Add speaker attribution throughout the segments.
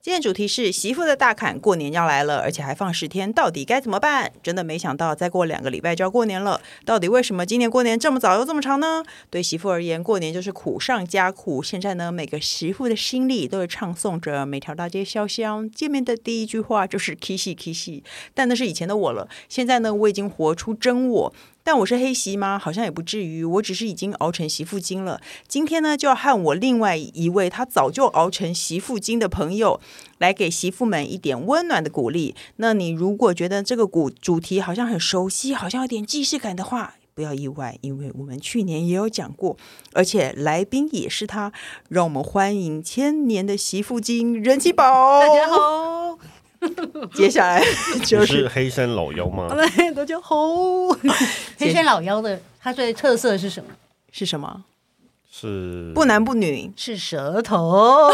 Speaker 1: 今天主题是媳妇的大坎，过年要来了，而且还放十天，到底该怎么办？真的没想到，再过两个礼拜就要过年了。到底为什么今年过年这么早又这么长呢？对媳妇而言，过年就是苦上加苦。现在呢，每个媳妇的心里都是唱诵着每条大街小巷见面的第一句话就是 “kiss kiss”，但那是以前的我了。现在呢，我已经活出真我。但我是黑媳吗？好像也不至于，我只是已经熬成媳妇精了。今天呢，就要和我另外一位他早就熬成媳妇精的朋友，来给媳妇们一点温暖的鼓励。那你如果觉得这个鼓主题好像很熟悉，好像有点既视感的话，不要意外，因为我们去年也有讲过，而且来宾也是他。让我们欢迎千年的媳妇精任七宝。
Speaker 2: 大家，好，
Speaker 1: 接下来 就是
Speaker 3: 你是黑山老妖吗？
Speaker 2: 大家好。 黑山老妖的它最特色是什么？
Speaker 1: 是什么？
Speaker 3: 是
Speaker 1: 不男不 女。
Speaker 2: 是舌 头。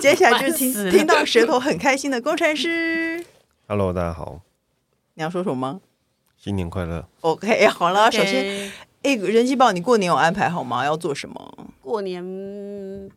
Speaker 1: 接下来就是
Speaker 2: 烦死
Speaker 1: 听
Speaker 2: 了
Speaker 1: 听到舌头很开心的工程 师，
Speaker 3: Hello，大家好，
Speaker 1: 你要说什么
Speaker 3: 新年快 乐！
Speaker 1: ？OK，好了，首先，
Speaker 2: 先
Speaker 1: 哎，人气宝，你过年有安排好吗？要做什么？
Speaker 2: 过年嗯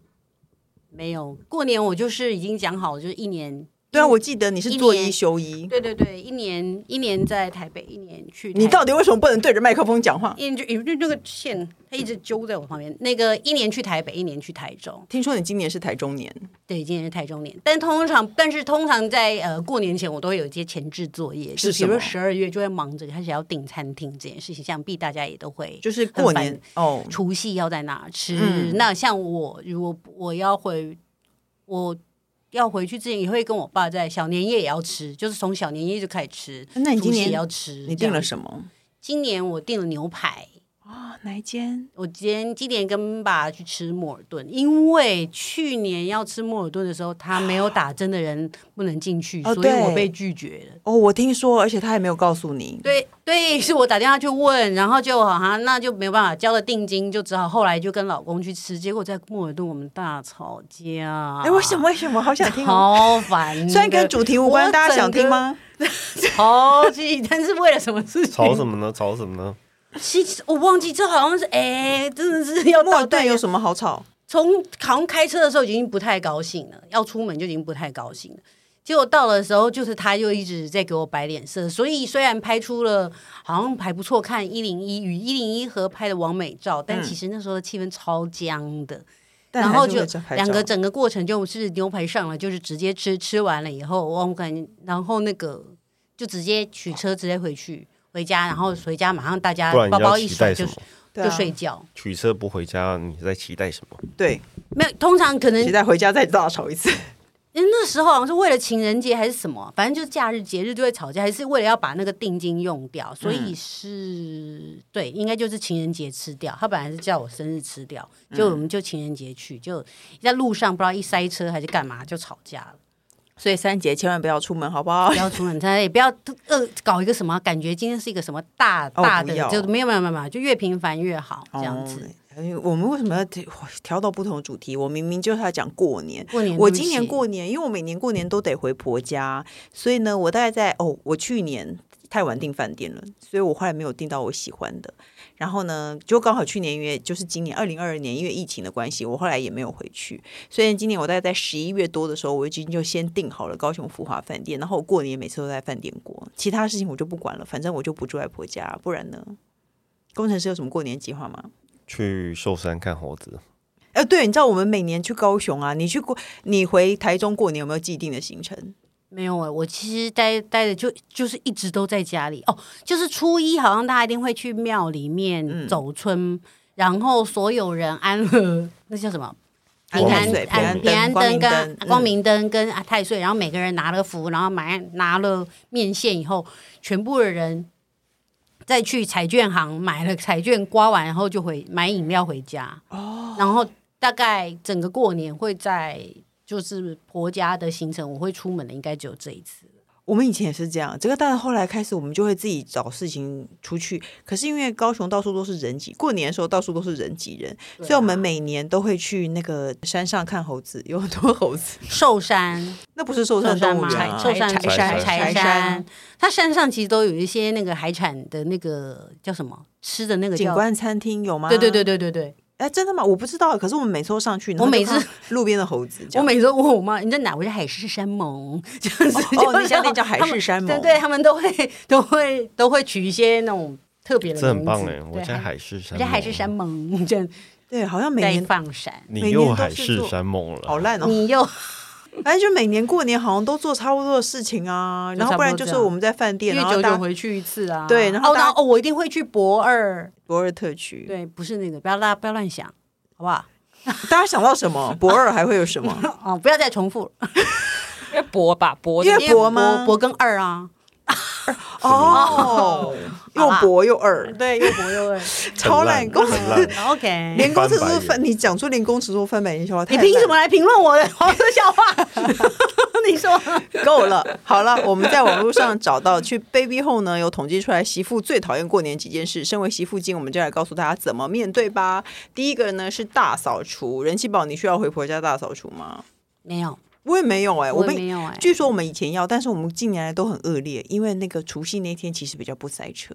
Speaker 2: 没有过年，我就是已经讲好，就是一年。
Speaker 1: 对啊，我记得你是
Speaker 2: 一
Speaker 1: 做一
Speaker 2: 年
Speaker 1: 休一，
Speaker 2: 对对对，一年一年在台北，一年去台。
Speaker 1: 你到底为什么不能对着麦克风讲话？
Speaker 2: 一年就因为那个线，它一直揪在我旁边。那个一年去台北，一年去台中。
Speaker 1: 听说你今年是台中年，
Speaker 2: 对，今年是台中年，但通常，但是通常在呃过年前，我都会有一些前置作业，
Speaker 1: 是
Speaker 2: 就比
Speaker 1: 什么
Speaker 2: 如说十二月就会忙着开始要订餐厅这件事情，想必大家也都会
Speaker 1: 就是
Speaker 2: 很
Speaker 1: 过
Speaker 2: 烦
Speaker 1: 年哦，
Speaker 2: 除夕要在哪吃。
Speaker 1: 嗯
Speaker 2: 那像我，如果我要回，我要回去之前也会跟我爸在小年夜也要吃，就是从小年夜就开始吃。
Speaker 1: 那你今
Speaker 2: 除夕
Speaker 1: 年
Speaker 2: 也要吃？
Speaker 1: 你订了什
Speaker 2: 么？
Speaker 1: 么
Speaker 2: 今年我订了牛排。哦
Speaker 1: 啊？哪一间？
Speaker 2: 我今天今年跟爸爸去吃莫尔顿，因为去年要吃莫尔顿的时候，他没有打针的人不能进去，
Speaker 1: 哦
Speaker 2: 所以我
Speaker 1: 对
Speaker 2: 被拒绝了。
Speaker 1: 哦，我听说，而且他还没有告诉你。
Speaker 2: 对对，是我打电话去问，然后就好哈，那就没有办法，交了定金，就只好后来就跟老公去吃，结果在莫尔顿我们大吵架。
Speaker 1: 哎，为什？ 么？为什么？好想听哦。
Speaker 2: 超烦的，
Speaker 1: 虽然跟主题无关，
Speaker 2: 我
Speaker 1: 大家想
Speaker 2: 整个
Speaker 1: 听？吗？
Speaker 2: 超级，但是为了什么事情？
Speaker 3: 吵什么呢？吵什么呢？
Speaker 2: 其实我忘记，这好像是哎、真的是 要
Speaker 1: 莫
Speaker 2: 到
Speaker 1: 尔顿
Speaker 2: 对
Speaker 1: 有什么好吵？
Speaker 2: 从好像开车的时候已经不太高兴了，要出门就已经不太高兴了。结果到了的时候，就是他又一直在给我摆脸色，所以虽然拍出了好像还不错看一零一与一零一合拍的完美照，但其实那时候的气氛超僵的。
Speaker 1: 嗯但
Speaker 2: 然
Speaker 1: 还
Speaker 2: 后
Speaker 1: 是
Speaker 2: 就
Speaker 1: 为这拍
Speaker 2: 两
Speaker 1: 照
Speaker 2: 个整个过程就是牛排上来就是直接吃，吃完了以后，我感然后那个就直接取车直接回去回家，然后回家马上大家
Speaker 3: 不然
Speaker 2: 包
Speaker 3: 你
Speaker 2: 啊包
Speaker 3: 要
Speaker 2: 一
Speaker 3: 期
Speaker 2: 甩
Speaker 3: 待
Speaker 2: 就
Speaker 3: 什
Speaker 2: 是
Speaker 3: 么？
Speaker 1: 对啊
Speaker 2: 就睡觉。
Speaker 3: 取车不回家，你在期待什么？
Speaker 1: 对，
Speaker 2: 没有，通常可能
Speaker 1: 期待回家再大吵一次。
Speaker 2: 因为那时候好像是为了情人节还是什么，反正就是假日节日就会吵架，还是为了要把那个定金用掉，所以
Speaker 1: 嗯
Speaker 2: 是、对，应该就是情人节吃掉。他本来是叫我生日吃掉，
Speaker 1: 嗯
Speaker 2: 就我们就情人节去，就在路上不知道一塞车还是干嘛就吵架了。
Speaker 1: 所以三节千万不要出门，好不 好
Speaker 2: 不？要出门，他也不要呃搞一个什么感觉，今天是一个什么大
Speaker 1: 哦
Speaker 2: 大
Speaker 1: 不
Speaker 2: 的，
Speaker 1: 要
Speaker 2: 就没有没有没有没有，就越频繁越好这样子。
Speaker 1: 哦哎我们为什么要调调到不同的主题？我明明就是要讲过年。
Speaker 2: 过年
Speaker 1: 我
Speaker 2: 对不
Speaker 1: 今年
Speaker 2: 起
Speaker 1: 过年，因为我每年过年都得回婆家，所以呢，我大概在哦，我去年太晚订饭店了，所以我后来没有订到我喜欢的。然后呢，就刚好去年因为就是今年二零二二年，因为疫情的关系，我后来也没有回去。所以今年我大概在十一月多的时候，我已经就先订好了高雄福华饭店，然后我过年每次都在饭店过，其他事情我就不管了，反正我就不住在婆家，不然呢？工程师有什么过年计划吗？
Speaker 3: 去寿山看猴子，
Speaker 1: 呃，对，你知道我们每年去高雄啊，你去过，你回台中过年有没有既定的行程？
Speaker 2: 没有哎、我其实待待的就就是一直都在家里哦，就是初一好像大家一定会去庙里面走村，然后所有人安和那叫什么？
Speaker 1: 安
Speaker 2: 平
Speaker 3: 光
Speaker 2: 安
Speaker 3: 明
Speaker 1: 水
Speaker 2: 安
Speaker 1: 平
Speaker 2: 平
Speaker 1: 安嗯灯光明
Speaker 2: 安灯跟
Speaker 1: 灯
Speaker 2: 光明灯跟啊太岁，然后每个人拿了符，然后买拿了面线以后，全部的人再去彩券行买了彩券，刮完然后就回买饮料回家。哦，然后大概整个过年会在就是婆家的行程，我会出门的应该只有这一次。
Speaker 1: 我们以前也是这样，这个但是后来开始我们就会自己找事情出去。可是因为高雄到处都是人挤，过年的时候到处都是人挤人，所以我们每年都会去那个山上看猴子，有很多猴子。
Speaker 2: 寿山，
Speaker 1: 那不是寿
Speaker 2: 寿
Speaker 1: 山动
Speaker 2: 山
Speaker 1: 物
Speaker 2: 吗？
Speaker 1: 园
Speaker 2: 柴
Speaker 1: 啊，
Speaker 2: 寿山
Speaker 1: 柴
Speaker 3: 山
Speaker 1: 柴
Speaker 2: 柴山，它山上其实都有一些那个海产的那个叫什么吃的那个
Speaker 1: 景
Speaker 2: 叫。
Speaker 1: 观餐厅有吗？
Speaker 2: 对对对，对对对，
Speaker 1: 哎，真的吗？我不知道。可是我们每次都上去，然后
Speaker 2: 我每
Speaker 1: 就看
Speaker 2: 次
Speaker 1: 到路边的猴子这
Speaker 2: 我
Speaker 1: 样，
Speaker 2: 每次都问我妈你在哪，我是海誓山盟 这样子。
Speaker 1: 哦哦你家
Speaker 2: 就
Speaker 1: 那叫海
Speaker 2: 他们
Speaker 1: 誓山盟
Speaker 2: 对对，他们都会都会都会取一些那种特别的
Speaker 3: 这很
Speaker 2: 名
Speaker 3: 棒
Speaker 2: 字
Speaker 3: 哎！我
Speaker 2: 对
Speaker 3: 家
Speaker 2: 还
Speaker 3: 海誓山，
Speaker 2: 我家海誓山，盟 这样
Speaker 1: 对，好像每
Speaker 2: 在嗯
Speaker 1: 年
Speaker 2: 放闪，
Speaker 3: 你
Speaker 1: 每
Speaker 3: 又
Speaker 1: 年都
Speaker 3: 海
Speaker 1: 是
Speaker 3: 誓
Speaker 1: 做
Speaker 3: 山盟了，
Speaker 1: 好烂哦。
Speaker 2: 你又
Speaker 1: 反正就每年过年好像都做差不多的事情啊，
Speaker 2: 就
Speaker 1: 然后
Speaker 2: 差
Speaker 1: 不
Speaker 2: 不
Speaker 1: 然
Speaker 2: 多
Speaker 1: 就
Speaker 2: 这
Speaker 1: 是
Speaker 2: 样
Speaker 1: 我们在饭店，
Speaker 2: 因为
Speaker 1: 然后
Speaker 2: 久
Speaker 1: 搭
Speaker 2: 久回去一次啊。
Speaker 1: 对然后
Speaker 2: 哦，
Speaker 1: 大
Speaker 2: 然
Speaker 1: 家
Speaker 2: 后哦，我一定会去博二，
Speaker 1: 博尔特区。
Speaker 2: 对，不是那个，不要拉，不要乱想，好不好？
Speaker 1: 大家想到什么？博二还会有什么？
Speaker 2: 哦，不要再重复了，
Speaker 4: 因为博吧，博
Speaker 1: 因为
Speaker 2: 因为
Speaker 1: 博吗
Speaker 2: 博跟二啊，
Speaker 1: 哦，又博又二，对，又博又二，超
Speaker 3: 烂
Speaker 1: 懒公司
Speaker 3: 很烂
Speaker 2: 嗯 OK。
Speaker 1: 连公司
Speaker 3: 翻白
Speaker 1: 都
Speaker 3: 眼
Speaker 1: 翻，你讲出连公司都翻白眼笑话，太
Speaker 2: 你
Speaker 1: 烂
Speaker 2: 凭什么来评论我的黄色笑话？ 你说
Speaker 1: 够了，好了，我们在网络上找到去 baby 后呢，有统计出来媳妇最讨厌过年几件事。身为媳妇精，我们就来告诉大家怎么面对吧。第一个呢是大扫除，人气宝，你需要回婆家大扫除吗？
Speaker 2: 没有？
Speaker 1: 我也没有哎、我
Speaker 2: 我也
Speaker 1: 们
Speaker 2: 没有哎、
Speaker 1: 据说我们以前要，但是我们近年来都很恶劣，因为那个除夕那天其实比较不塞车，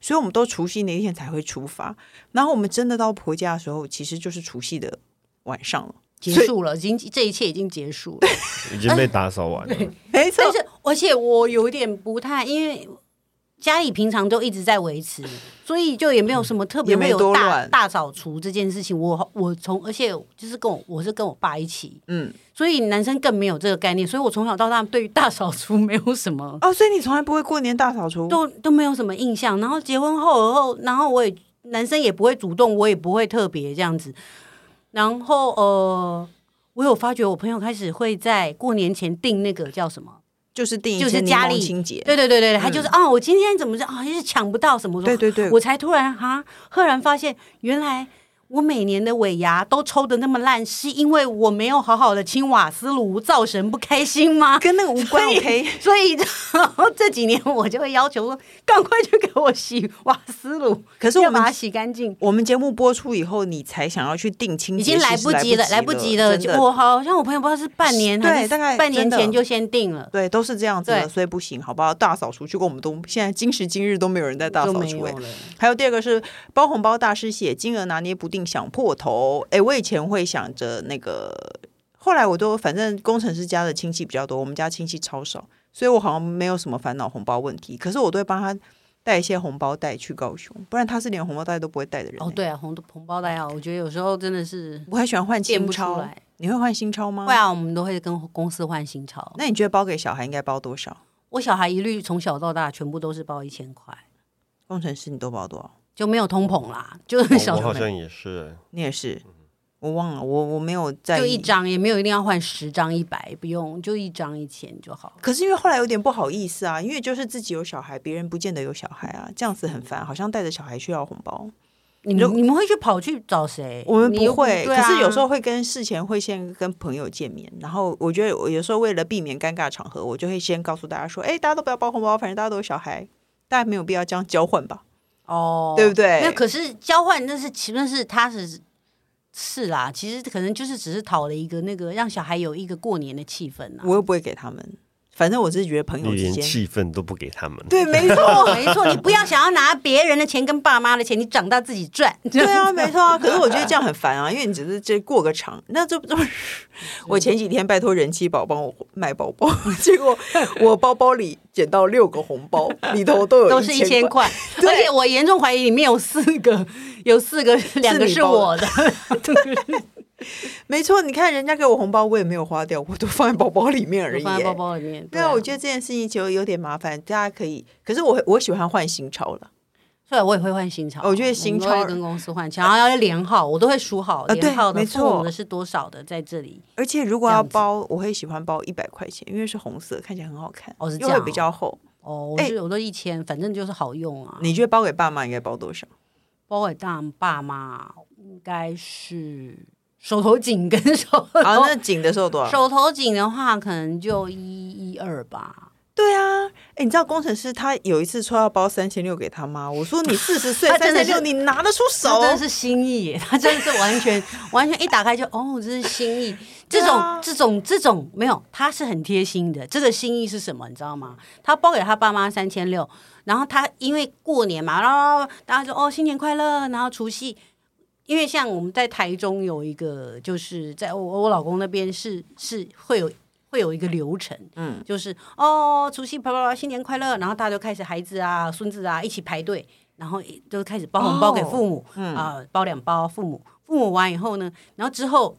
Speaker 1: 所以我们都除夕那一天才会出发。然后我们真的到婆家的时候，其实就是除夕的晚上了。
Speaker 2: 结束了，已经这一切已经结束了。
Speaker 3: 已经被打扫 完了。
Speaker 1: 没错
Speaker 2: 但，是，而且我有点不太，因为家里平常都一直在维持，所以嗯就也没有什么特别
Speaker 1: 也没
Speaker 2: 会有
Speaker 1: 多
Speaker 2: 大
Speaker 1: 乱
Speaker 2: 大扫除这件事情。我我从而且就是跟我我是跟我爸一起，
Speaker 1: 嗯，
Speaker 2: 所以男生更没有这个概念，所以我从小到大对于大扫除没有什么。
Speaker 1: 哦，所以你从来不会过年大扫除，
Speaker 2: 都都没有什么印象。然后结婚后后，然后我也男生也不会主动，我也不会特别这样子。然后呃，我有发觉我朋友开始会在过年前订那个叫什么？
Speaker 1: 就是定
Speaker 2: 就是家里
Speaker 1: 清洁。
Speaker 2: 对对对对，对他就是啊、我今天怎么是啊，就是抢不到什么？我说
Speaker 1: 嗯对对对
Speaker 2: 我才突然哈，赫然发现原来。我每年的尾牙都抽的那么烂，是因为我没有好好的清瓦斯炉，造神不开心吗？
Speaker 1: 跟那个无关
Speaker 2: 所以
Speaker 1: ，OK？
Speaker 2: 所以然后这几年我就会要求说，赶快去给我洗瓦斯炉，
Speaker 1: 可是我
Speaker 2: 要
Speaker 1: 们
Speaker 2: 把它洗干净。
Speaker 1: 我们节目播出以后，你才想要去定清洁，
Speaker 2: 已经来
Speaker 1: 不
Speaker 2: 不及了，来不及了。
Speaker 1: 真
Speaker 2: 就
Speaker 1: 的
Speaker 2: 我好像我朋友不知道是半年
Speaker 1: 对
Speaker 2: 还是
Speaker 1: 大概
Speaker 2: 半年
Speaker 1: 真的
Speaker 2: 前就先定了，
Speaker 1: 对，都是这样子的，
Speaker 2: 对
Speaker 1: 所以不行，好不好？大扫除，结果我们都现在今时今日都没有人在大
Speaker 2: 就
Speaker 1: 扫
Speaker 2: 没
Speaker 1: 除、
Speaker 2: 有
Speaker 1: 欸，
Speaker 2: 了。
Speaker 1: 还有第二个是包红包大师写金额拿捏不定想破头。哎，我以前会想着那个，后来我都反正工程师家的亲戚比较多，我们家亲戚超少，所以我好像没有什么烦恼红包问题。可是我都会帮他带一些红包袋去高雄，不然他是连红包袋都不会带的人、欸
Speaker 2: 哦，，对啊，红红包袋啊，我觉得有时候真的是
Speaker 1: 我很喜欢换
Speaker 2: 变
Speaker 1: 新
Speaker 2: 不出
Speaker 1: 钞
Speaker 2: 来，
Speaker 1: 你会换新钞吗？
Speaker 2: 会啊，我们都会跟公司换新钞。
Speaker 1: 那你觉得包给小孩应该包多少？
Speaker 2: 我小孩一律从小到大全部都是包一千块，
Speaker 1: 工程师你都包多少？
Speaker 2: 就没有通膨啦，就是
Speaker 3: 我
Speaker 2: 小
Speaker 3: 哦我好
Speaker 2: 时候
Speaker 3: 像也是
Speaker 1: 你也是，我忘了，我我没有在
Speaker 2: 就
Speaker 1: 意
Speaker 2: 一。张，也没有一定要换十张一百，不用就一张一千就好了。
Speaker 1: 可是因为后来有点不好意思啊，因为就是自己有小孩，别人不见得有小孩啊，这样子很烦，好像带着小孩去要红包。
Speaker 2: 你
Speaker 1: 就
Speaker 2: 们你们会去跑去找谁？
Speaker 1: 我们
Speaker 2: 你又
Speaker 1: 不会，
Speaker 2: 对
Speaker 1: 可
Speaker 2: 啊
Speaker 1: 是有时候会跟事前会先跟朋友见面，然后我觉得我有时候为了避免尴尬场合，我就会先告诉大家说，哎，大家都不要包红包，反正大家都有小孩，大家没有必要这样交换吧，
Speaker 2: 哦，
Speaker 1: 对不对
Speaker 2: 那可是交换，那是其那是他是是啦，其实可能就是只是讨了一个那个让小孩有一个过年的气氛啊。
Speaker 1: 我又不会给他们，反正我只是觉得朋
Speaker 3: 你
Speaker 1: 友之
Speaker 3: 连
Speaker 1: 间，
Speaker 3: 气氛都不给他们，
Speaker 1: 对，没错。
Speaker 2: 错，没错，你不要想要拿别人的钱跟爸妈的钱，你长大自己赚。
Speaker 1: 对啊，没错啊。可是我觉得这样很烦啊，因为你只是这过个场，那这 这。我前几天拜托人气宝帮我买包包， 结果我包包里捡到六个红包，里头都有
Speaker 2: 都是一千
Speaker 1: 1000块，
Speaker 2: 块，而且我严重怀疑里面有四个，有四个，两个
Speaker 1: 你
Speaker 2: 是
Speaker 1: 包的
Speaker 2: 我的，
Speaker 1: 没错，你看人家给我红包，我也没有花掉，我都放在包包里 面而
Speaker 2: 我
Speaker 1: 已。
Speaker 2: 放在包。包里面。
Speaker 1: 对啊，我觉得这件事情其实有点麻烦，大家可以。可是我我喜欢换新钞了，
Speaker 2: 所以我也会换新钞，
Speaker 1: 哦我觉得新钞
Speaker 2: 我们都会跟公司换，然后要连号，我都会数好
Speaker 1: 呃对
Speaker 2: 连号的
Speaker 1: 没
Speaker 2: 父母
Speaker 1: 错
Speaker 2: 的是多少的在这里。
Speaker 1: 而且如果
Speaker 2: 这
Speaker 1: 要
Speaker 2: 样子
Speaker 1: 包，我会喜欢包一百块钱，因为是红色，看起来很好看，
Speaker 2: 哦是
Speaker 1: 又
Speaker 2: 这
Speaker 1: 会
Speaker 2: 样
Speaker 1: 比
Speaker 2: 哦
Speaker 1: 较厚。
Speaker 2: 哦，我
Speaker 1: 哎
Speaker 2: 是我都一千，反正就是好用啊。
Speaker 1: 你觉得包给爸妈应该包多 少？
Speaker 2: 包给大爸妈应该是手头紧跟手头
Speaker 1: 啊，那紧的时候多少？
Speaker 2: 手头紧的话，可能就一一二吧。
Speaker 1: 对啊，哎，你知道工程师他有一次说要包三千六给他妈，我说你四十岁
Speaker 2: 他
Speaker 1: 三
Speaker 2: 真
Speaker 1: 千
Speaker 2: 的
Speaker 1: 六
Speaker 2: 是
Speaker 1: 你拿得出手
Speaker 2: 这？真的是心意耶， 他真的是完全完全一打开就哦，这是心意。这种、
Speaker 1: 啊
Speaker 2: 这种这种没有，他是很贴心的。这个心意是什么，你知道吗？他包给他爸妈三千六，然后他因为过年嘛，然后大家就哦新年快乐，然后除夕。因为像我们在台中有一个，就是在我我老公那边是是会有会有一个流程，
Speaker 1: 嗯
Speaker 2: 嗯，就是哦除夕啪啪啪新年快乐，然后大家就开始孩子啊孙子啊一起排队，然后一就开始包红包给父母，啊、包两包父母，父母完以后呢，然后之后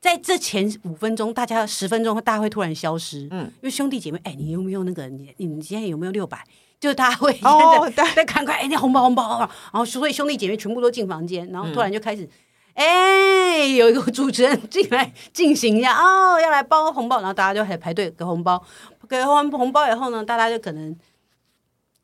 Speaker 2: 在这前五分钟，大家十分钟，大家会突然消失，
Speaker 1: 嗯
Speaker 2: 嗯，因为兄弟姐妹，哎，你有没有那个你你你现在有没有六百？就大家会现
Speaker 1: 哦
Speaker 2: 在
Speaker 1: 对
Speaker 2: 在赶快，哎，那红包红包，红包然后所以兄弟姐妹全部都进房间，然后
Speaker 3: 嗯
Speaker 2: 突然就开始。哎，有一个主持人进来进行一下哦，要来包红包，然后大家就开始排队给红包，给完红包以后呢，大家就可能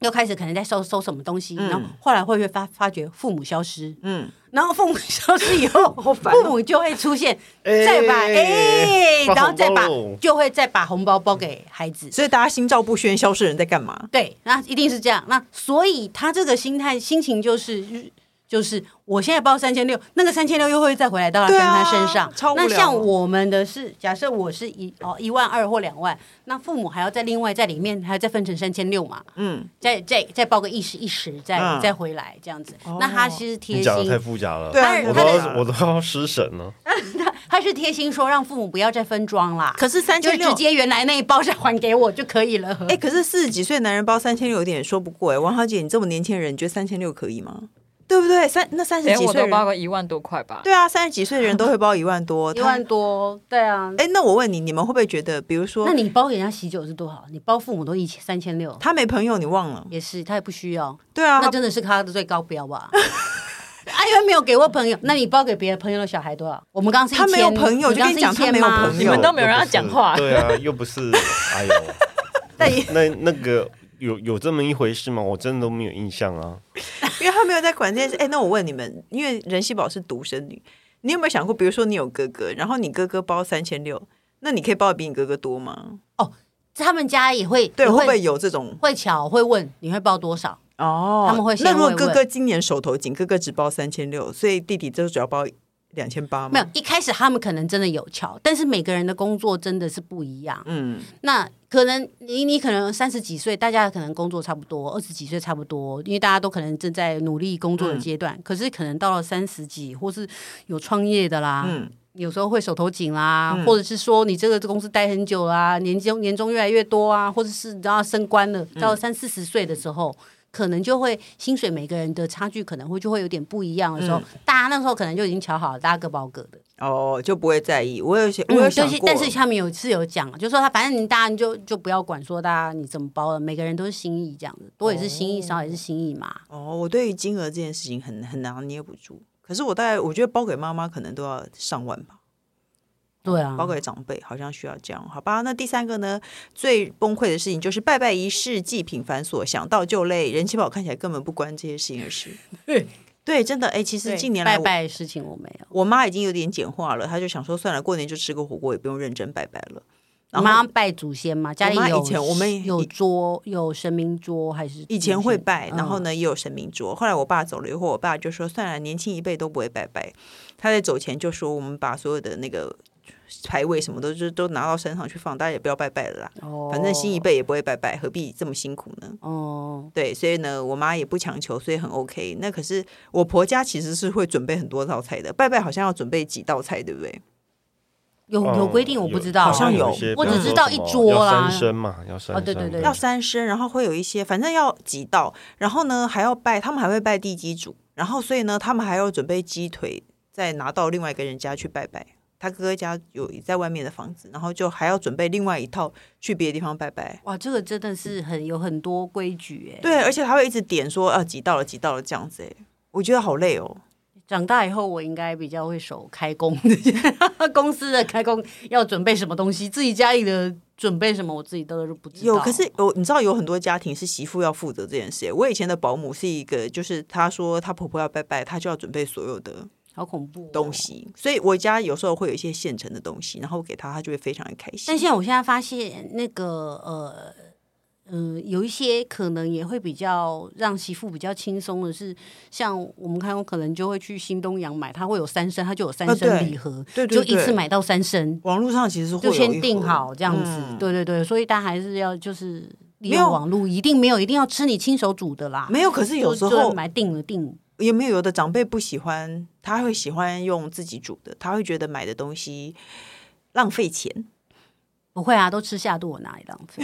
Speaker 2: 又开始可能在收收什么东
Speaker 3: 嗯
Speaker 2: 西，然后后来会不会发发觉父母消失，
Speaker 1: 嗯，
Speaker 2: 然后父母消失以 后，父母就会出现，
Speaker 3: 哦哎
Speaker 2: 再把哎，
Speaker 3: 发红包
Speaker 2: 然后再把
Speaker 3: 喽
Speaker 2: 就会再把红包包给孩子。
Speaker 1: 所以大家心照不宣，消失人在干嘛？
Speaker 2: 对，那一定是这样。那所以他这个心态心情就是就是，我现在包三千六，那个三千六又会再回来到他
Speaker 1: 对
Speaker 2: 跟
Speaker 1: 啊
Speaker 2: 他身上。
Speaker 1: 超无聊
Speaker 2: 那像我们的是，假设我是一哦一万二或两万，那父母还要再另外在里面还要再分成三千六嘛，
Speaker 1: 嗯，
Speaker 2: 再再再包个一十一十，再、
Speaker 1: 嗯
Speaker 2: 再回来这样子。
Speaker 1: 哦
Speaker 2: 那他其实贴
Speaker 3: 你讲的太
Speaker 2: 心，
Speaker 3: 复杂了，
Speaker 1: 对啊，
Speaker 2: 当
Speaker 1: 你看
Speaker 2: 然他的
Speaker 3: 我都要我都要失神了。
Speaker 2: 他是贴心说让父母不要再分装啦，
Speaker 1: 可是三
Speaker 2: 就
Speaker 1: 千六
Speaker 2: 直。接原来那一包再还给我就可以了。
Speaker 1: 哎、可是四十几岁男人包三千六有点说不过哎、王小姐，你这么年轻人，你觉得三千六可以吗？对不对？三那三十
Speaker 4: 连
Speaker 1: 几
Speaker 4: 哎我
Speaker 1: 岁
Speaker 4: 都包
Speaker 1: 人，
Speaker 4: 个一万多块吧。
Speaker 1: 对啊，三十几岁的人都会包一万多，
Speaker 2: 一万
Speaker 1: 他。
Speaker 2: 多，对啊。
Speaker 1: 哎、那我问你，你们会不会觉得，比如说
Speaker 2: 那你包给人家喜酒是多少？你包父母都一千三千六，
Speaker 1: 他没朋友，你忘了？
Speaker 2: 也是他也不需要，
Speaker 1: 对 啊，
Speaker 2: 那真的是他的最高标吧？ 啊，因为没有给过朋友，那你包给别的朋友的小孩多少？我们刚刚是
Speaker 1: 他没有
Speaker 2: 1000
Speaker 1: 朋友
Speaker 2: 啊
Speaker 1: 就
Speaker 2: 你刚刚
Speaker 1: 是跟你讲他没有
Speaker 2: 1000吗
Speaker 1: 朋友
Speaker 4: 你们都没有人
Speaker 3: 又
Speaker 4: 要
Speaker 3: 不是
Speaker 4: 讲话
Speaker 3: 对啊，又 不是，哎呦，那那个有有这么一回事吗？我真的都没有印象啊。
Speaker 1: 因为他没有在管这件事。哎、那我问你们，因为任熙宝是独生女，你有没有想过，比如说你有哥哥，然后你哥哥包三千六，那你可以包的比你哥哥多吗？
Speaker 2: 他们家也会
Speaker 1: 对，
Speaker 2: 也
Speaker 1: 会不会
Speaker 2: 会
Speaker 1: 有这种？
Speaker 2: 会巧会问你会包多少？
Speaker 1: 哦，
Speaker 2: 他们会先
Speaker 1: 那如果
Speaker 2: 慰
Speaker 1: 哥
Speaker 2: 问
Speaker 1: 哥今年手头紧，哥哥只包三千六，所以弟弟就只要包两千八
Speaker 2: 没
Speaker 1: 嘛
Speaker 2: 有。，一开始他们可能真的有巧，但是每个人的工作真的是不一样。
Speaker 1: 嗯，
Speaker 2: 那可能你你可能三十几岁，大家可能工作差不多，二十几岁差不多，因为大家都可能正在努力工
Speaker 1: 嗯
Speaker 2: 作的阶段。可是可能到了三十几，或是有创业的啦，
Speaker 1: 嗯
Speaker 2: 有时候会手头紧啦，或者是说你这个公司待很久啦，年终年终越来越多啊，或者是然后升官了，
Speaker 1: 嗯
Speaker 2: 到了三四十岁的时候。可能就会薪水每个人的差距可能会就会有点不一样的时候，
Speaker 1: 嗯
Speaker 2: 大家那时候可能就已经瞧好了，大家各包各的。
Speaker 1: 哦，就不会在意。我有想，我
Speaker 2: 嗯，
Speaker 1: 有
Speaker 2: 就
Speaker 1: 想
Speaker 2: 是
Speaker 1: 过，
Speaker 2: 但是他们有是有讲，就说他反正你大家你就就不要管说大家你怎么包了，每个人都是心意这样子，多也是心意，少也是心意嘛。
Speaker 1: 哦，我对于金额这件事情很很拿捏不住。可是我大概我觉得包给妈妈可能都要上万吧，
Speaker 2: 对啊，
Speaker 1: 包给长辈好像需要这样，好吧？那第三个呢，最崩溃的事情就是拜拜仪式祭品繁琐，想到就累。人气宝看起来根本不关这些事情的事。
Speaker 2: 对
Speaker 1: 对，真的，哎，其实近年来
Speaker 2: 拜
Speaker 1: 我
Speaker 2: 拜的事情我没有，
Speaker 1: 我妈已经有点简化了，她就想说算了，过年就吃个火锅，也不用认真拜拜了。
Speaker 2: 你
Speaker 1: 然
Speaker 2: 妈
Speaker 1: 后
Speaker 2: 拜祖先嘛，家里
Speaker 1: 妈
Speaker 2: 有
Speaker 1: 以前我们
Speaker 2: 有桌有神明桌还是嗯
Speaker 1: 以前会拜，然后
Speaker 2: 呢？
Speaker 1: 呢也有神明桌。后来我爸走了以后，我爸就说算了，年轻一辈都不会拜拜。他在走前就说我们把所有的那个牌位什么都就都拿到山上去放，大家也不要拜拜了啦。
Speaker 2: 哦
Speaker 1: 反正新一辈也不会拜拜，何必这么辛苦呢？
Speaker 2: 哦，
Speaker 1: 对，所以呢，我妈也不强求，所以很 OK。那可是我婆家其实是会准备很多道菜的，拜拜好像要准备几道菜，对不对？
Speaker 2: 有有规定我不知道，啊
Speaker 1: 好像有
Speaker 3: 哦一些
Speaker 2: 我只
Speaker 3: 比如
Speaker 2: 知道
Speaker 3: 说
Speaker 2: 一
Speaker 3: 什么
Speaker 2: 桌啦
Speaker 3: 要三生嗯嘛，要三
Speaker 2: 哦对对对
Speaker 1: 要三生，然后会有一些，反正要几道，然后呢还要拜，他们还会拜地基主，然后所以呢，他们还要准备鸡腿，再拿到另外一个人家去拜拜。他哥哥家有在外面的房子，然后就还要准备另外一套去别的地方拜拜。
Speaker 2: 哇，这个真的是很有很多规矩哎。，
Speaker 1: 对，而且他会一直点说啊，挤到了，挤到了这样子、欸。我觉得好累哦。
Speaker 2: 长大以后我应该比较会守开工这些， 公司的开工要准备什么东西，自己家里的准备什么，我自己都是不知道。
Speaker 1: 有，可是有，你知道有很多家庭是媳妇要负责这件事欸。我以前的保姆是一个，就是她说她婆婆要拜拜，她就要准备所有的
Speaker 2: 好恐怖、哦
Speaker 1: 东。西，所以我家有时候会有一些现成的东西，然后我给她，她就会非常的开心。
Speaker 2: 但现在我现在发现，那个呃嗯、呃有一些可能也会比较让媳妇比较轻松的是，像我们看，我可能就会去新东阳买，它会有三升，它就有三
Speaker 1: 啊对
Speaker 2: 升礼盒，
Speaker 1: 对对
Speaker 2: 就一次
Speaker 1: 对
Speaker 2: 买到三升，
Speaker 1: 网络上其实会
Speaker 2: 就
Speaker 1: 有
Speaker 2: 先
Speaker 1: 一
Speaker 2: 定
Speaker 1: 盒
Speaker 2: 好这样子。
Speaker 1: 嗯
Speaker 2: 对对对，所以大家还是要就是利
Speaker 1: 没有
Speaker 2: 用网络，一定没有一定要吃你亲手煮的啦。
Speaker 1: 没有，可是有
Speaker 2: 就
Speaker 1: 时
Speaker 2: 就
Speaker 1: 候
Speaker 2: 买定了定。
Speaker 1: 有没有有的长辈不喜欢，他会喜欢用自己煮的，他会觉得买的东西浪费钱。
Speaker 2: 不会啊，都吃下肚，我哪里浪 费？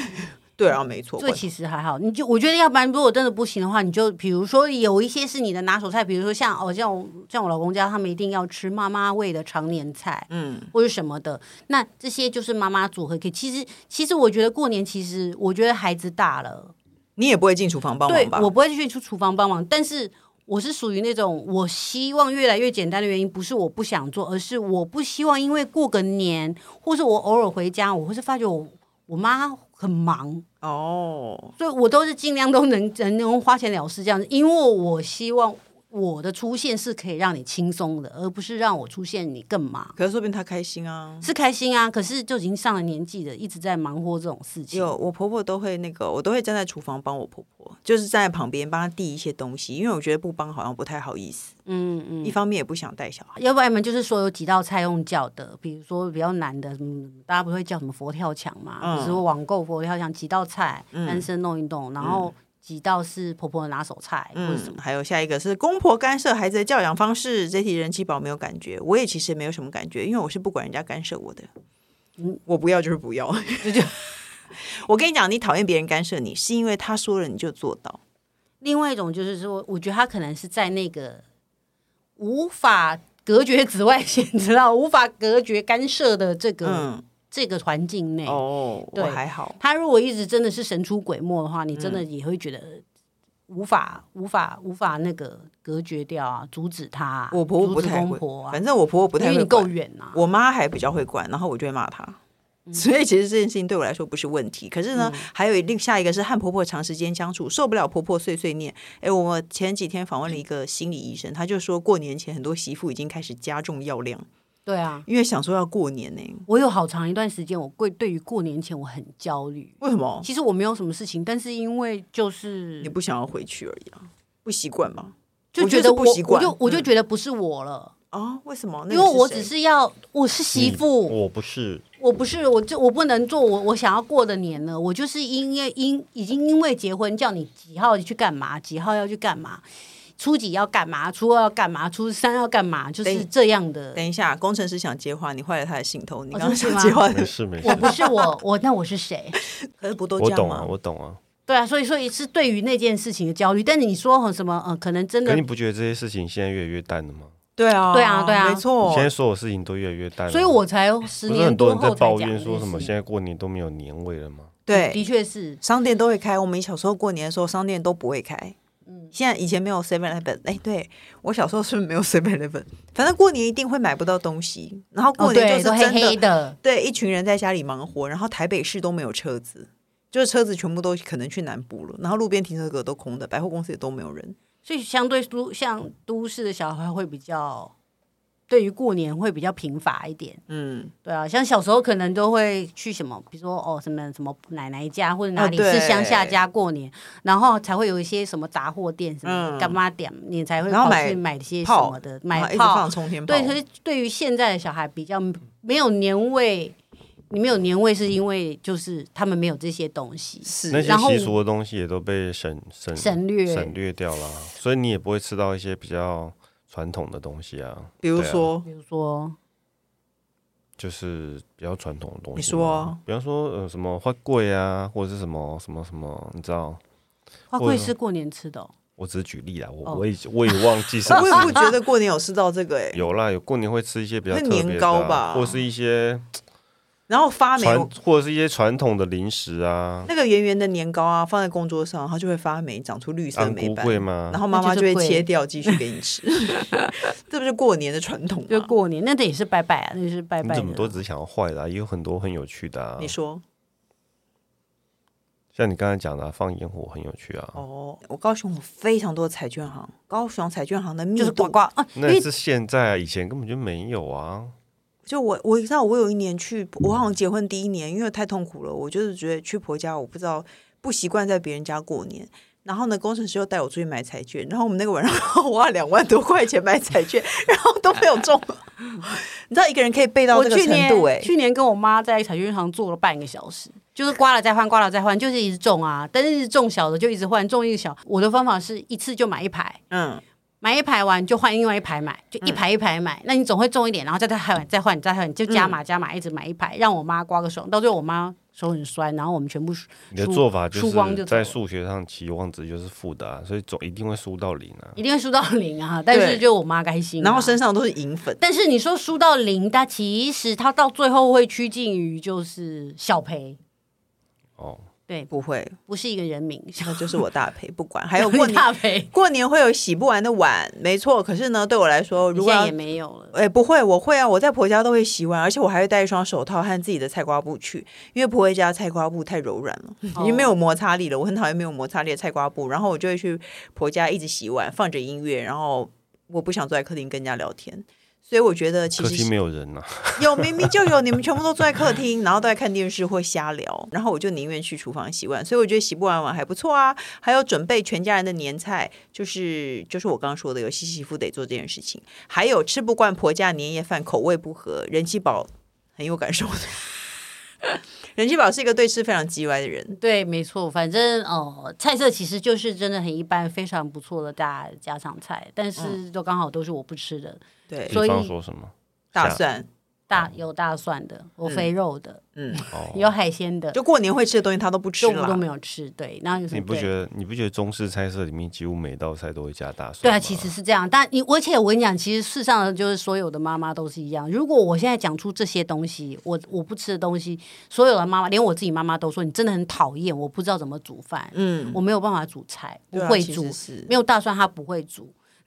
Speaker 1: 对啊，没错，
Speaker 2: 所以其实还好，你就我觉得，要不然如果真的不行的话，你就比如说有一些是你的拿手菜，比如说像哦，像我像我老公家，他们一定要吃妈妈味的常年菜，
Speaker 1: 嗯，
Speaker 2: 或者什么的，那这些就是妈妈组合可以。其实其实我觉得过年，其实我觉得孩子大了，
Speaker 1: 你也不会进厨房帮忙吧？
Speaker 2: 对我不会去出厨房帮忙，但是我是属于那种我希望越来越简单的原因，不是我不想做，而是我不希望因为过个年，或是我偶尔回家，我会是发觉我我妈很忙，
Speaker 1: 哦，
Speaker 2: 所以我都是尽量都能能能花钱了事这样子，因为我希望我的出现是可以让你轻松的，而不是让我出现你更忙。
Speaker 1: 可是说不定他开心啊。
Speaker 2: 是开心啊，可是就已经上了年纪了，一直在忙活这种事情。
Speaker 1: 有我婆婆都会那个，我都会站在厨房帮我婆婆，就是站在旁边帮她递一些东西，因为我觉得不帮好像不太好意思，
Speaker 2: 嗯嗯，
Speaker 1: 一方面也不想带小孩。
Speaker 2: 要不然嘛，就是说有几道菜用叫的，比如说比较难的，嗯，大家不会叫什么佛跳墙嘛，
Speaker 1: 嗯
Speaker 2: 比如说网购佛跳墙几道菜，
Speaker 1: 嗯
Speaker 2: 男生弄一弄，然后几道是婆婆的拿手菜、哎或者什
Speaker 1: 嗯，
Speaker 2: 么。
Speaker 1: 还有下一个是公婆干涉孩子的教养方式，这题人气宝没有感觉，我也其实没有什么感觉，因为我是不管人家干涉我的，我不要就是不要， 就就。我跟你讲，你讨厌别人干涉你，是因为他说了你就做到。
Speaker 2: 另外一种就是说，我觉得他可能是在那个无法隔绝紫外线， 你知道，无法隔绝干涉的这个、
Speaker 1: 嗯，
Speaker 2: 这个环境内，
Speaker 1: 哦，我
Speaker 2: 对
Speaker 1: 还好，
Speaker 2: 他如果一直真的是神出鬼没的话，你真
Speaker 1: 嗯
Speaker 2: 的也会觉得无法、无法、无法那个隔绝掉啊，阻止他啊、
Speaker 1: 我婆婆不
Speaker 2: 阻止
Speaker 1: 太
Speaker 2: 公
Speaker 1: 会
Speaker 2: 婆，啊，
Speaker 1: 反正我婆婆不
Speaker 2: 因
Speaker 1: 太
Speaker 2: 为
Speaker 1: 会
Speaker 2: 你够
Speaker 1: 管，
Speaker 2: 远啊。
Speaker 1: 我妈还比较会管，然后我就会骂她。
Speaker 2: 嗯
Speaker 1: 所以其实这件事情对我来说不是问题，可是呢，还有另下一个是和婆婆长时间相处，受不了婆婆碎碎念。哎，我前几天访问了一个心理医生，他就说过年前很多媳妇已经开始加重药量，
Speaker 2: 对啊，
Speaker 1: 因为想说要过年呢、
Speaker 2: 我有好长一段时间，我过对于过年前我很焦虑。
Speaker 1: 为什么？
Speaker 2: 其实我没有什么事情，但是因为就是
Speaker 1: 你不想要回去而已啊，不习惯吗？
Speaker 2: 就
Speaker 1: 我觉
Speaker 2: 觉
Speaker 1: 得
Speaker 2: 得
Speaker 1: 是不
Speaker 2: 我
Speaker 1: 习
Speaker 2: 我
Speaker 1: 惯
Speaker 2: 就我就
Speaker 1: 嗯
Speaker 2: 觉得不是我了，
Speaker 1: 啊，为什么？那
Speaker 2: 因
Speaker 1: 你
Speaker 2: 为我只
Speaker 1: 谁
Speaker 2: 是要我是媳妇，
Speaker 3: 我不是，
Speaker 2: 我不是，我就我不能做我我想要过的年了。我就是因为因已经因为结婚叫你几号去干嘛，几号要去干嘛，初几要干嘛，初二要干嘛，初三要干嘛，就
Speaker 1: 等
Speaker 2: 是这样的。
Speaker 1: 等一下，工程师想接话，你坏了他的兴头。你
Speaker 2: 哦
Speaker 1: 刚刚想
Speaker 2: 真的吗
Speaker 1: 接话，
Speaker 3: 没事没事
Speaker 2: 我，不是我，我那我是谁？
Speaker 1: 可是不都
Speaker 3: 我
Speaker 1: 这样
Speaker 3: 懂
Speaker 1: 吗
Speaker 3: 啊，？我懂啊。
Speaker 2: 对啊，所以所以是对于那件事情的焦虑。但是你说哦什么，呃，可能真
Speaker 3: 可
Speaker 2: 的
Speaker 3: 你，不觉得这些事情现在越来越淡了吗？
Speaker 1: 对啊，
Speaker 2: 对啊对啊
Speaker 1: 没错
Speaker 3: 你现。在所有事情都越来越淡了吗，
Speaker 2: 所以我才十
Speaker 3: 啊不是很
Speaker 2: 年多
Speaker 3: 多人在
Speaker 2: 后才
Speaker 3: 抱
Speaker 2: 讲
Speaker 3: 怨
Speaker 2: 这
Speaker 3: 说
Speaker 2: 件
Speaker 3: 什么
Speaker 2: 事
Speaker 3: 现在过年都没有年味了吗？
Speaker 2: 的
Speaker 1: 对，
Speaker 2: 确是，
Speaker 1: 商店都会开，我们小时候过年的时候，商店都不会开。嗯，现在以前没有 Seven Eleven，哎，对我小时候是不是没有 Seven Eleven？反正过年一定会买不到东西，然后
Speaker 2: 哦
Speaker 1: 过年
Speaker 2: 对，
Speaker 1: 就是
Speaker 2: 都黑
Speaker 1: 真的
Speaker 2: 黑的，
Speaker 1: 对，一群人在家里忙活，然后台北市都没有车子，就是车子全部都可能去南部了，然后路边停车格都空的，百货公司也都没有人。
Speaker 2: 所以相对都像都市的小孩会比较，对于过年会比较贫乏一点。
Speaker 1: 嗯，
Speaker 2: 对啊，像小时候可能都会去什么，比如说哦什么什么奶奶家或者哪里
Speaker 1: 啊对
Speaker 2: 是乡下家过年，然后才会有一些什么杂货店什么
Speaker 1: 嗯
Speaker 2: 干妈店，你才会
Speaker 1: 然后
Speaker 2: 跑
Speaker 1: 买
Speaker 2: 去买些什
Speaker 1: 炮
Speaker 2: 么的，
Speaker 1: 然后
Speaker 2: 买
Speaker 1: 一直放
Speaker 2: 炮。
Speaker 1: 冲天炮，
Speaker 2: 对，所以对于现在的小孩比较没有年味，你没有年味是因为就是他们没有这些东西，
Speaker 1: 是
Speaker 3: 那些
Speaker 2: 然后
Speaker 3: 习俗的东西也都被省省
Speaker 2: 省略
Speaker 3: 省略掉了，所以你也不会吃到一些比较传统的东西啊，
Speaker 1: 比如
Speaker 3: 对啊
Speaker 1: 说，
Speaker 2: 比如说
Speaker 3: 就是比较传统的东西。
Speaker 1: 你说啊，
Speaker 3: 比方说呃什么花桂啊，或者是什么什么什么，你知道？
Speaker 2: 花
Speaker 3: 我
Speaker 2: 卉是过年吃的哦、
Speaker 3: 我只是举例啦，我
Speaker 2: 哦
Speaker 3: 我也我也忘 记是不
Speaker 1: 我
Speaker 3: 是
Speaker 1: 也不觉得过年有吃到这个哎、
Speaker 3: 有啦，有过年会吃一些比较
Speaker 1: 那
Speaker 3: 特别
Speaker 1: 年
Speaker 3: 的
Speaker 1: 糕
Speaker 3: 啊、
Speaker 1: 吧
Speaker 3: 或是一些
Speaker 1: 然后发霉，
Speaker 3: 传或者是一些传统的零食啊，
Speaker 1: 那个圆圆的年糕啊，放在工桌上，它就会发霉，长出绿色的
Speaker 3: 安
Speaker 1: 霉
Speaker 3: 菇
Speaker 1: 斑。
Speaker 3: 贵吗
Speaker 1: 然？后妈妈
Speaker 2: 那
Speaker 1: 就
Speaker 2: 就是
Speaker 1: 会
Speaker 2: 贵
Speaker 1: 切掉，继续给你吃， 这不是过年的传统
Speaker 2: 就
Speaker 1: 吗？
Speaker 2: 过年，那得也是拜拜啊，那是拜
Speaker 3: 你
Speaker 2: 拜
Speaker 3: 怎么都
Speaker 2: 的。
Speaker 3: 只是想要坏的、啊，也有很多很有趣的啊。
Speaker 1: 你说
Speaker 3: 像你刚才讲的、啊，放烟火很有趣啊。
Speaker 1: 哦，我高雄有非常多的彩券行，高雄彩券行的密
Speaker 2: 就是
Speaker 1: 度
Speaker 2: 呱呱啊，因
Speaker 3: 那
Speaker 2: 为
Speaker 3: 也是现在啊，以前根本就没有啊。
Speaker 1: 就我我知道，我有一年去，我好像结婚第一年，因为太痛苦了，我就是觉得去婆家，我不知道不习惯在别人家过年。然后呢，工程师又带我出去买彩券，然后我们那个晚上花了两万多块钱买彩券，然后都没有 中。你知道一个人可以背到
Speaker 2: 我
Speaker 1: 这个
Speaker 2: 去
Speaker 1: 程
Speaker 2: 年
Speaker 1: 度哎、
Speaker 2: 去年跟我妈在彩券行坐了半个小时，就是刮了再换，刮了再换，就是一直中啊，但是一直中小的就一直换，中一个小。我的方法是一次就买一排，
Speaker 1: 嗯，
Speaker 2: 买一排完就换另外一排买，就一排一排买，那你总会中一点，然后再再换再换再换，你就加码加码一直买一排，让我妈刮个爽。到最后我妈手很酸，然后我们全部输
Speaker 3: 你的
Speaker 2: 输
Speaker 3: 做法
Speaker 2: 输光
Speaker 3: 是
Speaker 2: 就走了
Speaker 3: 在数学上期望值就是负的、啊，所以总一定会输到零啊。
Speaker 2: 一定会输到零啊，但是
Speaker 1: 对
Speaker 2: 就我妈开心啊、
Speaker 1: 然后身上都是银粉，
Speaker 2: 但是你说输到零，但其实它到最后会趋近于就是小赔，
Speaker 3: 哦，
Speaker 2: 对，
Speaker 1: 不
Speaker 2: 不
Speaker 1: 会，
Speaker 2: 不是一个人 名，
Speaker 1: 那就是我大赔，不管。还有过年，
Speaker 2: 大赔，
Speaker 1: 过年会有洗不完的碗，没错。可是呢，对我来说，
Speaker 2: 你
Speaker 1: 如 果
Speaker 2: 现在
Speaker 1: 要
Speaker 2: 也没有了。
Speaker 1: 哎、不会，我会啊，我在婆家都会洗碗，而且我还会带一双手套和自己的菜瓜布去，因为婆家菜瓜布太柔软了，
Speaker 2: 哦
Speaker 1: 已经没有摩擦力了。我很讨厌没有摩擦力的菜瓜布，然后我就会去婆家一直洗碗，放着音乐，然后我不想坐在客厅跟人家聊天。所以我觉得其
Speaker 3: 客
Speaker 1: 实
Speaker 3: 厅
Speaker 1: 是
Speaker 3: 没有人啊呐、
Speaker 1: 有明明就有，你们全部都坐在客厅， 然后都在看电视或瞎聊，然后我就宁愿去厨房洗碗，所以我觉得洗不完碗还不错啊。还有准备全家人的年菜，就是就是我刚刚说的，有西媳妇得做这件事情，还有吃不惯婆家年夜饭，口味不合，人气宝很有感受 的。人气宝是一个对吃非常叽歪的人，
Speaker 2: 对，没错，反正哦，菜色其实就是真的很一般，非常不错的大家常菜，但是都刚好都是我不吃的，
Speaker 1: 对
Speaker 3: 比，
Speaker 2: 所以
Speaker 3: 方说什么？
Speaker 1: 大
Speaker 3: 下
Speaker 1: 蒜，
Speaker 2: 大有大蒜的，有
Speaker 1: 嗯
Speaker 2: 肥肉的，
Speaker 1: 嗯，
Speaker 3: 哦，
Speaker 2: 有海鲜的，
Speaker 1: 就过年会吃的东西他都不吃
Speaker 2: 中午都
Speaker 1: 了
Speaker 2: 没。有吃，对，然后有什么
Speaker 3: 你不
Speaker 2: 对
Speaker 3: 觉得你不觉得中式菜色里面几乎每道菜都会加大蒜？
Speaker 2: 对啊，其实。是这样。但你，而且我跟你讲，其实世上的就是所有的妈妈都是一样。如果我现在讲出这些东西，我我不吃的东西，所有的妈妈，连我自己妈妈都说你真的很讨厌，我不知道怎么煮饭，
Speaker 1: 嗯，
Speaker 2: 我没有办法煮菜，不
Speaker 1: 对啊
Speaker 2: 会
Speaker 1: 其实
Speaker 2: 煮，
Speaker 1: 是嗯哎
Speaker 2: 没有大蒜她不会煮，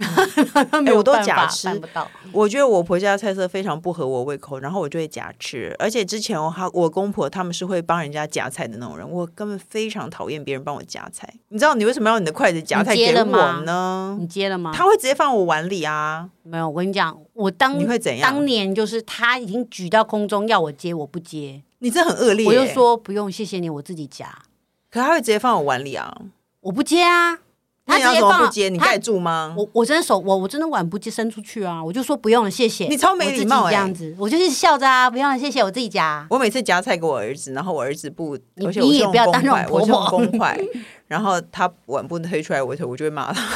Speaker 2: 没有
Speaker 1: 我都
Speaker 2: 办
Speaker 1: 假
Speaker 2: 法
Speaker 1: 吃嗯
Speaker 2: 办不到。
Speaker 1: 我觉得我婆家的菜色非常不合我胃口，然后我就会假吃。而且之前我还我公婆他们是会帮人家夹菜的那种人，我根本非常讨厌别人帮我夹菜。你知道你为什么要你的筷子夹菜
Speaker 2: 你接
Speaker 1: 给
Speaker 2: 了
Speaker 1: 我
Speaker 2: 吗
Speaker 1: 呢？
Speaker 2: 你接了吗？
Speaker 1: 他会直接放我碗里啊！
Speaker 2: 没有，我跟你讲，我当
Speaker 1: 你会怎样
Speaker 2: 当年就是他已经举到空中要我接，我不接，
Speaker 1: 你这很恶劣、
Speaker 2: 我就，说不用，谢谢你，我自己夹，
Speaker 1: 可他会直接放我碗里啊！
Speaker 2: 我不接啊。
Speaker 1: 那
Speaker 2: 他
Speaker 1: 你要
Speaker 2: 直接
Speaker 1: 怎么
Speaker 2: 放
Speaker 1: 不接？你
Speaker 2: 他
Speaker 1: 盖住吗？
Speaker 2: 我我真的手我我真的碗不接伸出去啊，我就说不用了，谢谢。
Speaker 1: 你超没礼貌
Speaker 2: 我自
Speaker 1: 欸
Speaker 2: 己这样子，我就是笑着啊，不用了，谢谢，我自己夹。
Speaker 1: 我每次夹菜给我儿子，然后我儿子不，
Speaker 2: 你
Speaker 1: 而且我是
Speaker 2: 你也
Speaker 1: 用
Speaker 2: 不要
Speaker 1: 公
Speaker 2: 当
Speaker 1: 筷，
Speaker 2: 那种
Speaker 1: 我是用
Speaker 2: 婆婆
Speaker 1: 公 筷，然后他碗不推出来，我就我就会骂他。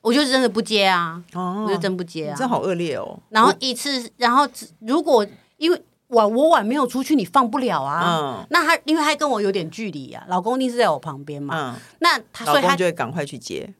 Speaker 2: 我就真的不接啊，
Speaker 1: 哦
Speaker 2: 我就真不接
Speaker 1: 你
Speaker 2: 啊。
Speaker 1: 真好恶劣哦！
Speaker 2: 然后一次，然后如果因为碗我碗没有出去，你放不了啊。
Speaker 1: 嗯
Speaker 2: 那他因为他跟我有点距离啊，老公一定是在我旁边嘛。
Speaker 1: 嗯，
Speaker 2: 那他所
Speaker 1: 老
Speaker 2: 以他
Speaker 1: 公就会赶快去接。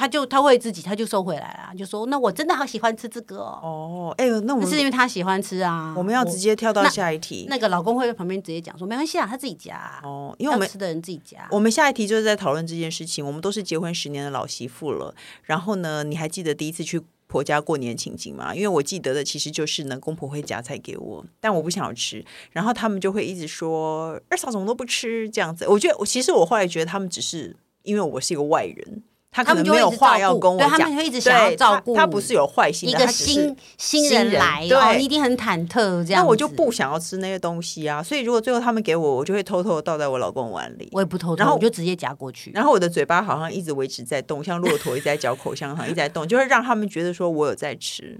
Speaker 2: 他就他会自己他就收回来啦，就说那我真的好喜欢吃这个哦，
Speaker 1: 哦，哎呦，那我
Speaker 2: 那
Speaker 1: 们
Speaker 2: 是因为他喜欢吃啊。
Speaker 1: 我们要直接跳到
Speaker 2: 那
Speaker 1: 下一题。
Speaker 2: 那个老公会在旁边直接讲说没关系啊，他自己夹啊。
Speaker 1: 哦，因为我
Speaker 2: 要
Speaker 1: 们
Speaker 2: 吃的人自己夹。
Speaker 1: 我们下一题就是在讨论这件事情。我们都是结婚十年的老媳妇了，然后呢，你还记得第一次去婆家过年情景吗？因为我记得的其实就是呢，公婆会夹菜给我，但我不想要吃，然后他们就会一直说二嫂怎么都不吃这样子。我觉得我其实我后来觉得他们只是因为我是一个外人。他可
Speaker 2: 他们
Speaker 1: 能
Speaker 2: 就会
Speaker 1: 没有
Speaker 2: 一直
Speaker 1: 话
Speaker 2: 照
Speaker 1: 要
Speaker 2: 顾
Speaker 1: 跟我
Speaker 2: 对
Speaker 1: 讲，
Speaker 2: 他们会一直想要
Speaker 1: 对
Speaker 2: 照
Speaker 1: 他
Speaker 2: 顾
Speaker 1: 他不是有坏心
Speaker 2: 一
Speaker 1: 的，
Speaker 2: 个
Speaker 1: 他只是
Speaker 2: 新新
Speaker 1: 新
Speaker 2: 人
Speaker 1: 人
Speaker 2: 来，
Speaker 1: 对
Speaker 2: 哦，你一定很忐忑这样。
Speaker 1: 那我就，不想要吃那些东西啊，所以如果最后他们给我，我就会偷偷地倒在我老公碗里。
Speaker 2: 我也不偷
Speaker 1: 然
Speaker 2: 偷，
Speaker 1: 后
Speaker 2: 我就直接夹过去。
Speaker 1: 然后我的嘴巴好像一直维持在动，像骆驼一直在嚼口香糖，一直在动，就会让他们觉得说我有在吃，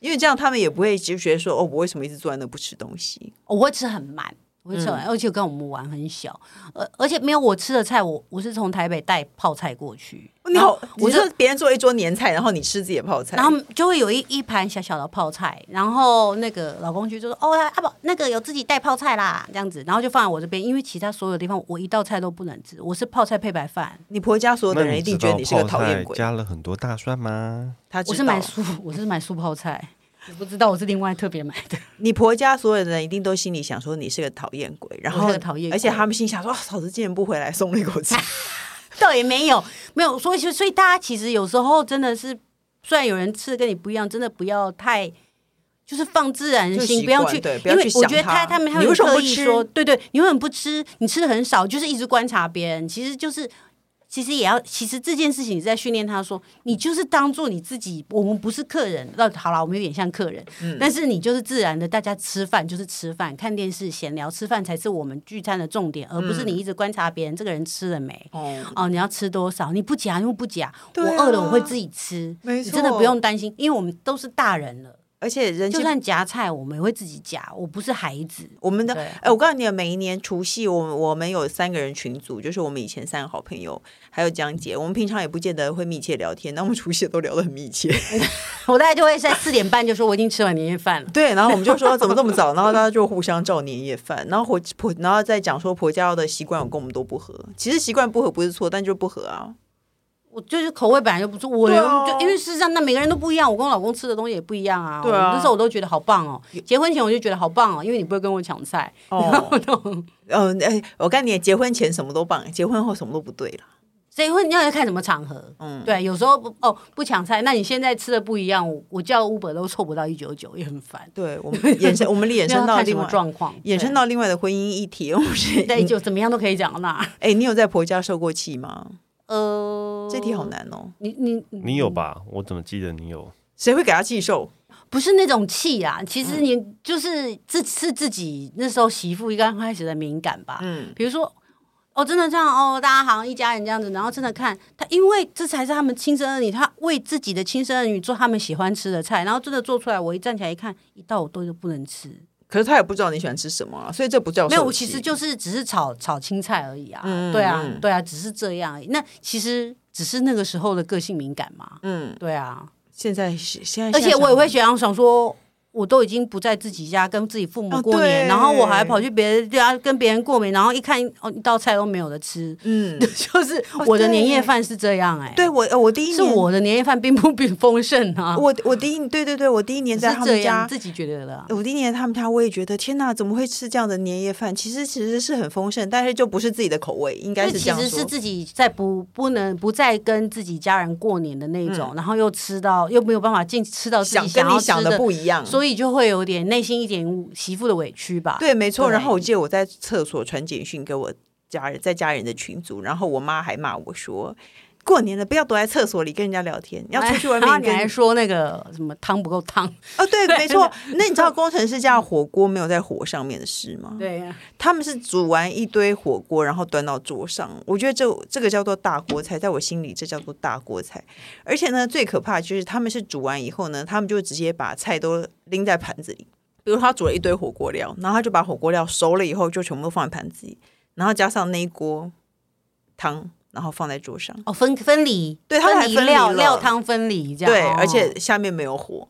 Speaker 1: 因为这样他们也不会就觉得说哦，我为什么一直坐在那不吃东西？
Speaker 2: 我会吃很慢，我就吃
Speaker 1: 嗯
Speaker 2: 完，而且跟我们玩很小，而而且没有我吃的菜，我我是从台北带泡菜过去，
Speaker 1: 哦你好，
Speaker 2: 我
Speaker 1: 我
Speaker 2: 就
Speaker 1: 说别人做一桌年菜，然后你吃自己的泡菜，
Speaker 2: 然后就会有一一盘小小的泡菜，然后那个老公就说：“哦，阿宝那个有自己带泡菜啦，这样子。”然后就放在我这边，因为其他所有地方我一道菜都不能吃，我是泡菜配白饭，
Speaker 1: 你婆家所有
Speaker 3: 那
Speaker 1: 的人一定
Speaker 3: 知
Speaker 1: 觉得
Speaker 3: 道
Speaker 1: 你是个
Speaker 3: 泡
Speaker 1: 讨厌
Speaker 3: 菜
Speaker 1: 鬼。
Speaker 3: 加了很多大蒜吗？
Speaker 1: 他知
Speaker 2: 我是
Speaker 1: 道
Speaker 2: 买素，我是买素泡菜， 我不知道我是另外特别买的。
Speaker 1: 你婆家所有的人一定都心里想说你是个讨厌鬼，然
Speaker 2: 我
Speaker 1: 后
Speaker 2: 是个讨厌鬼
Speaker 1: 而且他们心想说，啊嫂子竟然不回来，松了一口 气。
Speaker 2: 倒也没有，没有，所以就所以大家其实有时候真的是，虽然有人吃的跟你不一样，真的不要太。就是放自然
Speaker 1: 就
Speaker 2: 心，
Speaker 1: 习
Speaker 2: 不要
Speaker 1: 惯
Speaker 2: 去，
Speaker 1: 对不要
Speaker 2: 因为
Speaker 1: 去
Speaker 2: 我
Speaker 1: 想
Speaker 2: 觉得
Speaker 1: 它
Speaker 2: 他他们他
Speaker 1: 你
Speaker 2: 们
Speaker 1: 为什么
Speaker 2: 刻
Speaker 1: 不
Speaker 2: 意
Speaker 1: 吃
Speaker 2: 说，对对，你为什么不吃？你吃的很少，就是一直观察别人，其实就是。其实也要，其实这件事情你在训练他说，你就是当做你自己，我们不是客人。那好了，我们有点像客人，
Speaker 1: 嗯
Speaker 2: 但是你就是自然的，大家吃饭就是吃饭，看电视闲聊，吃饭才是我们聚餐的重点，而不
Speaker 1: 嗯
Speaker 2: 是你一直观察别人这个人吃了没。
Speaker 1: 哦，
Speaker 2: 哦，你要吃多少？你不夹又不夹，
Speaker 1: 对
Speaker 2: 我饿了
Speaker 1: 啊
Speaker 2: 我会自己吃，
Speaker 1: 没
Speaker 2: 你真的
Speaker 1: 错
Speaker 2: 不用担心，因为我们都是大人了，
Speaker 1: 而且人
Speaker 2: 就
Speaker 1: 现
Speaker 2: 算夹菜我们也会自己夹，我不是孩子。
Speaker 1: 我们的
Speaker 2: 对
Speaker 1: 哎，我告诉你，每一年除夕，我们我们有三个人群组，就是我们以前三个好朋友，还有江姐。我们平常也不见得会密切聊天，那我们除夕都聊得很密 切。
Speaker 2: 我大概就会在四点半就说我已经吃完年夜饭了。
Speaker 1: 对，然后我们就说怎么这么早，然后大家就互相照年夜饭，然后婆婆，然后再讲说婆家的习惯有跟我们都不合。其实习惯不合不是错，但就不合啊。
Speaker 2: 我就是口味本来就不错，我
Speaker 1: 对啊
Speaker 2: 就因为事实上那每个人都不一样，我跟我老公吃的东西也不一样啊。
Speaker 1: 对啊
Speaker 2: 我那时候我都觉得好棒哦，结婚前我就觉得好棒哦，因为你不会跟我抢菜。
Speaker 1: 哦，嗯，哎，我跟你结婚前什么都棒，结婚后什么都不对了。
Speaker 2: 所以会你要看什么场合，
Speaker 1: 嗯
Speaker 2: 对，有时候不哦不抢菜，那你现在吃的不一样，我我叫 Uber 都凑不到一九九，也很烦。
Speaker 1: 对我们衍生，我们衍生
Speaker 2: 要
Speaker 1: 到
Speaker 2: 看什
Speaker 1: 另
Speaker 2: 么
Speaker 1: 外，
Speaker 2: 状况，
Speaker 1: 衍生嗯
Speaker 2: 对
Speaker 1: 到另外的婚姻议题。我们是
Speaker 2: 对，就怎么样都可以讲到那。
Speaker 1: 哎，你有在婆家受过气吗？
Speaker 2: 呃，
Speaker 1: 这题好难哦，
Speaker 2: 你你
Speaker 3: 你有吧？我怎么记得你有？
Speaker 1: 谁会给他气受？
Speaker 2: 不是那种气
Speaker 1: 嗯
Speaker 2: 啦，其实你就是自是自己那时候媳妇刚开始的敏感吧，
Speaker 1: 嗯，
Speaker 2: 比如说。哦，真的这样哦，大家好像一家人这样子，然后真的看他，因为这才是他们亲生儿女，他为自己的亲生儿女做他们喜欢吃的菜，然后真的做出来，我一站起来一看，一道我都都不能吃，
Speaker 1: 可是他也不知道你喜欢吃什么啊，所以这不叫
Speaker 2: 没有，
Speaker 1: 受
Speaker 2: 我其
Speaker 1: 气
Speaker 2: 实就是只是炒炒青菜而已啊，
Speaker 1: 嗯
Speaker 2: 对啊
Speaker 1: 嗯，
Speaker 2: 对啊，只是这样而已。那其实只是那个时候的个性敏感嘛，
Speaker 1: 嗯，
Speaker 2: 对啊，
Speaker 1: 现在是现在，
Speaker 2: 而且我也会想想说。我都已经不在自己家跟自己父母
Speaker 1: 哦
Speaker 2: 过年，
Speaker 1: 对
Speaker 2: 然后我还跑去别的家跟别人过年，然后一看哦，一道菜都没有的吃，
Speaker 1: 嗯，
Speaker 2: 就是我的
Speaker 1: 对
Speaker 2: 年夜饭是这样哎、
Speaker 1: 对我呃我第一
Speaker 2: 是
Speaker 1: 年
Speaker 2: 我的年夜饭并不并不丰盛啊，
Speaker 1: 我我第一对对对，我第一年
Speaker 2: 只
Speaker 1: 在
Speaker 2: 是
Speaker 1: 他
Speaker 2: 这
Speaker 1: 们
Speaker 2: 样
Speaker 1: 家，
Speaker 2: 自己觉得啊了，
Speaker 1: 我第一年在他们家，我也觉得天哪，怎么会吃这样的年夜饭？其实其实是很丰盛，但是就不是自己的口味，应该
Speaker 2: 所以
Speaker 1: 是这样
Speaker 2: 其实
Speaker 1: 说
Speaker 2: 是。自己在不不能不再跟自己家人过年的那种，然后又吃到又没有办法进吃到自己
Speaker 1: 嗯想跟
Speaker 2: 要
Speaker 1: 你
Speaker 2: 吃
Speaker 1: 想的不一样，
Speaker 2: 所以就会有点内心一点媳妇的委屈吧。
Speaker 1: 对，没错。
Speaker 2: 对
Speaker 1: 然后我记得我在厕所传简讯给我家人，在家人的群组，然后我妈还骂我说：“过年了，不要躲在厕所里跟人家聊天，你要出去外
Speaker 2: 哎然后
Speaker 1: 面
Speaker 2: 你
Speaker 1: 跟
Speaker 2: 还说那个什么汤不够烫，
Speaker 1: 哦，对，嗯没错。那你知道工程师家的火锅没有在火上面的事吗？
Speaker 2: 对呀、
Speaker 1: 他们是煮完一堆火锅，然后端到桌上。我觉得这这个叫做大锅菜，在我心里这叫做大锅菜。而且呢，最可怕的就是他们是煮完以后呢，他们就直接把菜都拎在盘子里。比如他煮了一堆火锅料，然后他就把火锅料熟了以后，就全部都放在盘子里，然后加上那一锅汤，然后放在桌上。
Speaker 2: 哦分分离，
Speaker 1: 对他们还
Speaker 2: 离
Speaker 1: 分离
Speaker 2: 料
Speaker 1: 了
Speaker 2: 料汤分离这样，
Speaker 1: 对，
Speaker 2: 哦嗯
Speaker 1: 而且下面没有火。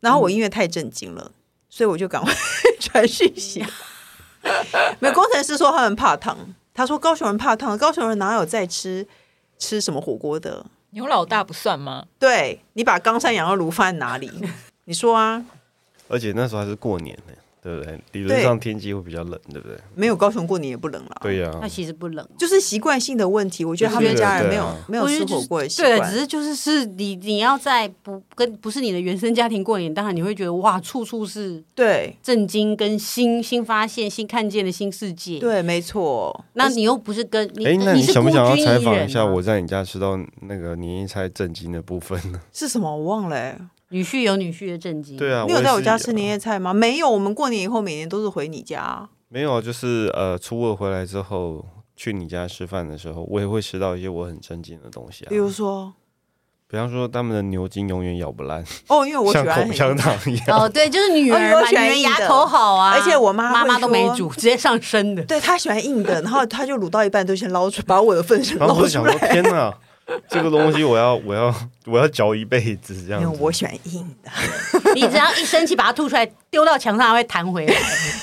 Speaker 1: 然后我因为太震惊了，所以我就赶快 传讯
Speaker 2: 嗯
Speaker 1: 息。没有工程师说他们怕烫，他说高雄人怕烫，高雄人哪有在吃吃什么火锅的？
Speaker 4: 牛老大不算吗？
Speaker 1: 对你把冈山羊肉炉放在哪里？ 你说啊，
Speaker 3: 而且那时候还是过年呢，对不对？理论上天气会比较冷，对不对？
Speaker 1: 没有高雄过年也不冷啦。
Speaker 3: 对呀、
Speaker 2: 哦
Speaker 3: 嗯
Speaker 2: 那其实不冷。
Speaker 1: 就是习惯性的问题，我觉得他们家人没有
Speaker 3: 对啊
Speaker 1: 没有
Speaker 2: 我觉
Speaker 1: 吃
Speaker 2: 得就
Speaker 1: 火
Speaker 2: 是
Speaker 1: 锅的习
Speaker 2: 对，
Speaker 1: 惯
Speaker 2: 只。是就是是你你要在不跟不是你的原生家庭过年，当然你会觉得哇，处处是
Speaker 1: 对
Speaker 2: 震惊跟新新发现、新看见的新世界。，
Speaker 1: 对，没错。
Speaker 2: 那你又不是跟你，
Speaker 3: 哎哎，那
Speaker 2: 你
Speaker 3: 你
Speaker 2: 是
Speaker 3: 想不
Speaker 2: 孤
Speaker 3: 想要
Speaker 2: 军
Speaker 3: 采
Speaker 2: 一
Speaker 3: 访
Speaker 2: 人
Speaker 3: 一下
Speaker 2: 啊
Speaker 3: 我在你家吃到那个年夜菜震惊的部分呢？
Speaker 1: 是什么？我忘了欸、
Speaker 2: 女婿有女婿的震惊？
Speaker 3: 对啊，
Speaker 1: 你有
Speaker 3: 也
Speaker 1: 在我
Speaker 3: 是
Speaker 1: 家吃年夜菜吗？没有，我们过年以后每年都是回你家啊、
Speaker 3: 没有啊，就是呃，初二回来之后去你家吃饭的时候，我也会吃到一些我很震惊的东西啊，
Speaker 1: 比如说，
Speaker 3: 比比方说他们的牛筋永远咬不烂，
Speaker 1: 哦，因 为我喜
Speaker 3: 像
Speaker 1: 欢
Speaker 3: 口
Speaker 1: 很
Speaker 3: 香糖一样。
Speaker 2: 哦，对，就是 女
Speaker 1: 哦
Speaker 2: 儿
Speaker 1: 我
Speaker 2: 嘛，
Speaker 1: 喜
Speaker 2: 女
Speaker 1: 欢
Speaker 2: 儿
Speaker 1: 硬
Speaker 2: 牙
Speaker 1: 的
Speaker 2: 口好啊，
Speaker 1: 而且我妈
Speaker 2: 妈
Speaker 1: 会
Speaker 2: 妈都没
Speaker 1: 说
Speaker 2: 煮，直接上 生的。
Speaker 1: 对他喜欢硬的，然后他就卤到一半都先捞出，把我的 份先
Speaker 3: 然后我
Speaker 1: 捞
Speaker 3: 就
Speaker 1: 出
Speaker 3: 想说，
Speaker 1: 来。
Speaker 3: 天哪，这个东西我要我要 我要嚼一辈子这
Speaker 1: 因
Speaker 3: 样
Speaker 1: 为
Speaker 3: 子。
Speaker 1: 我喜欢硬的，
Speaker 2: 你只要一生气，把它吐出来，丢到墙上，它会弹回来，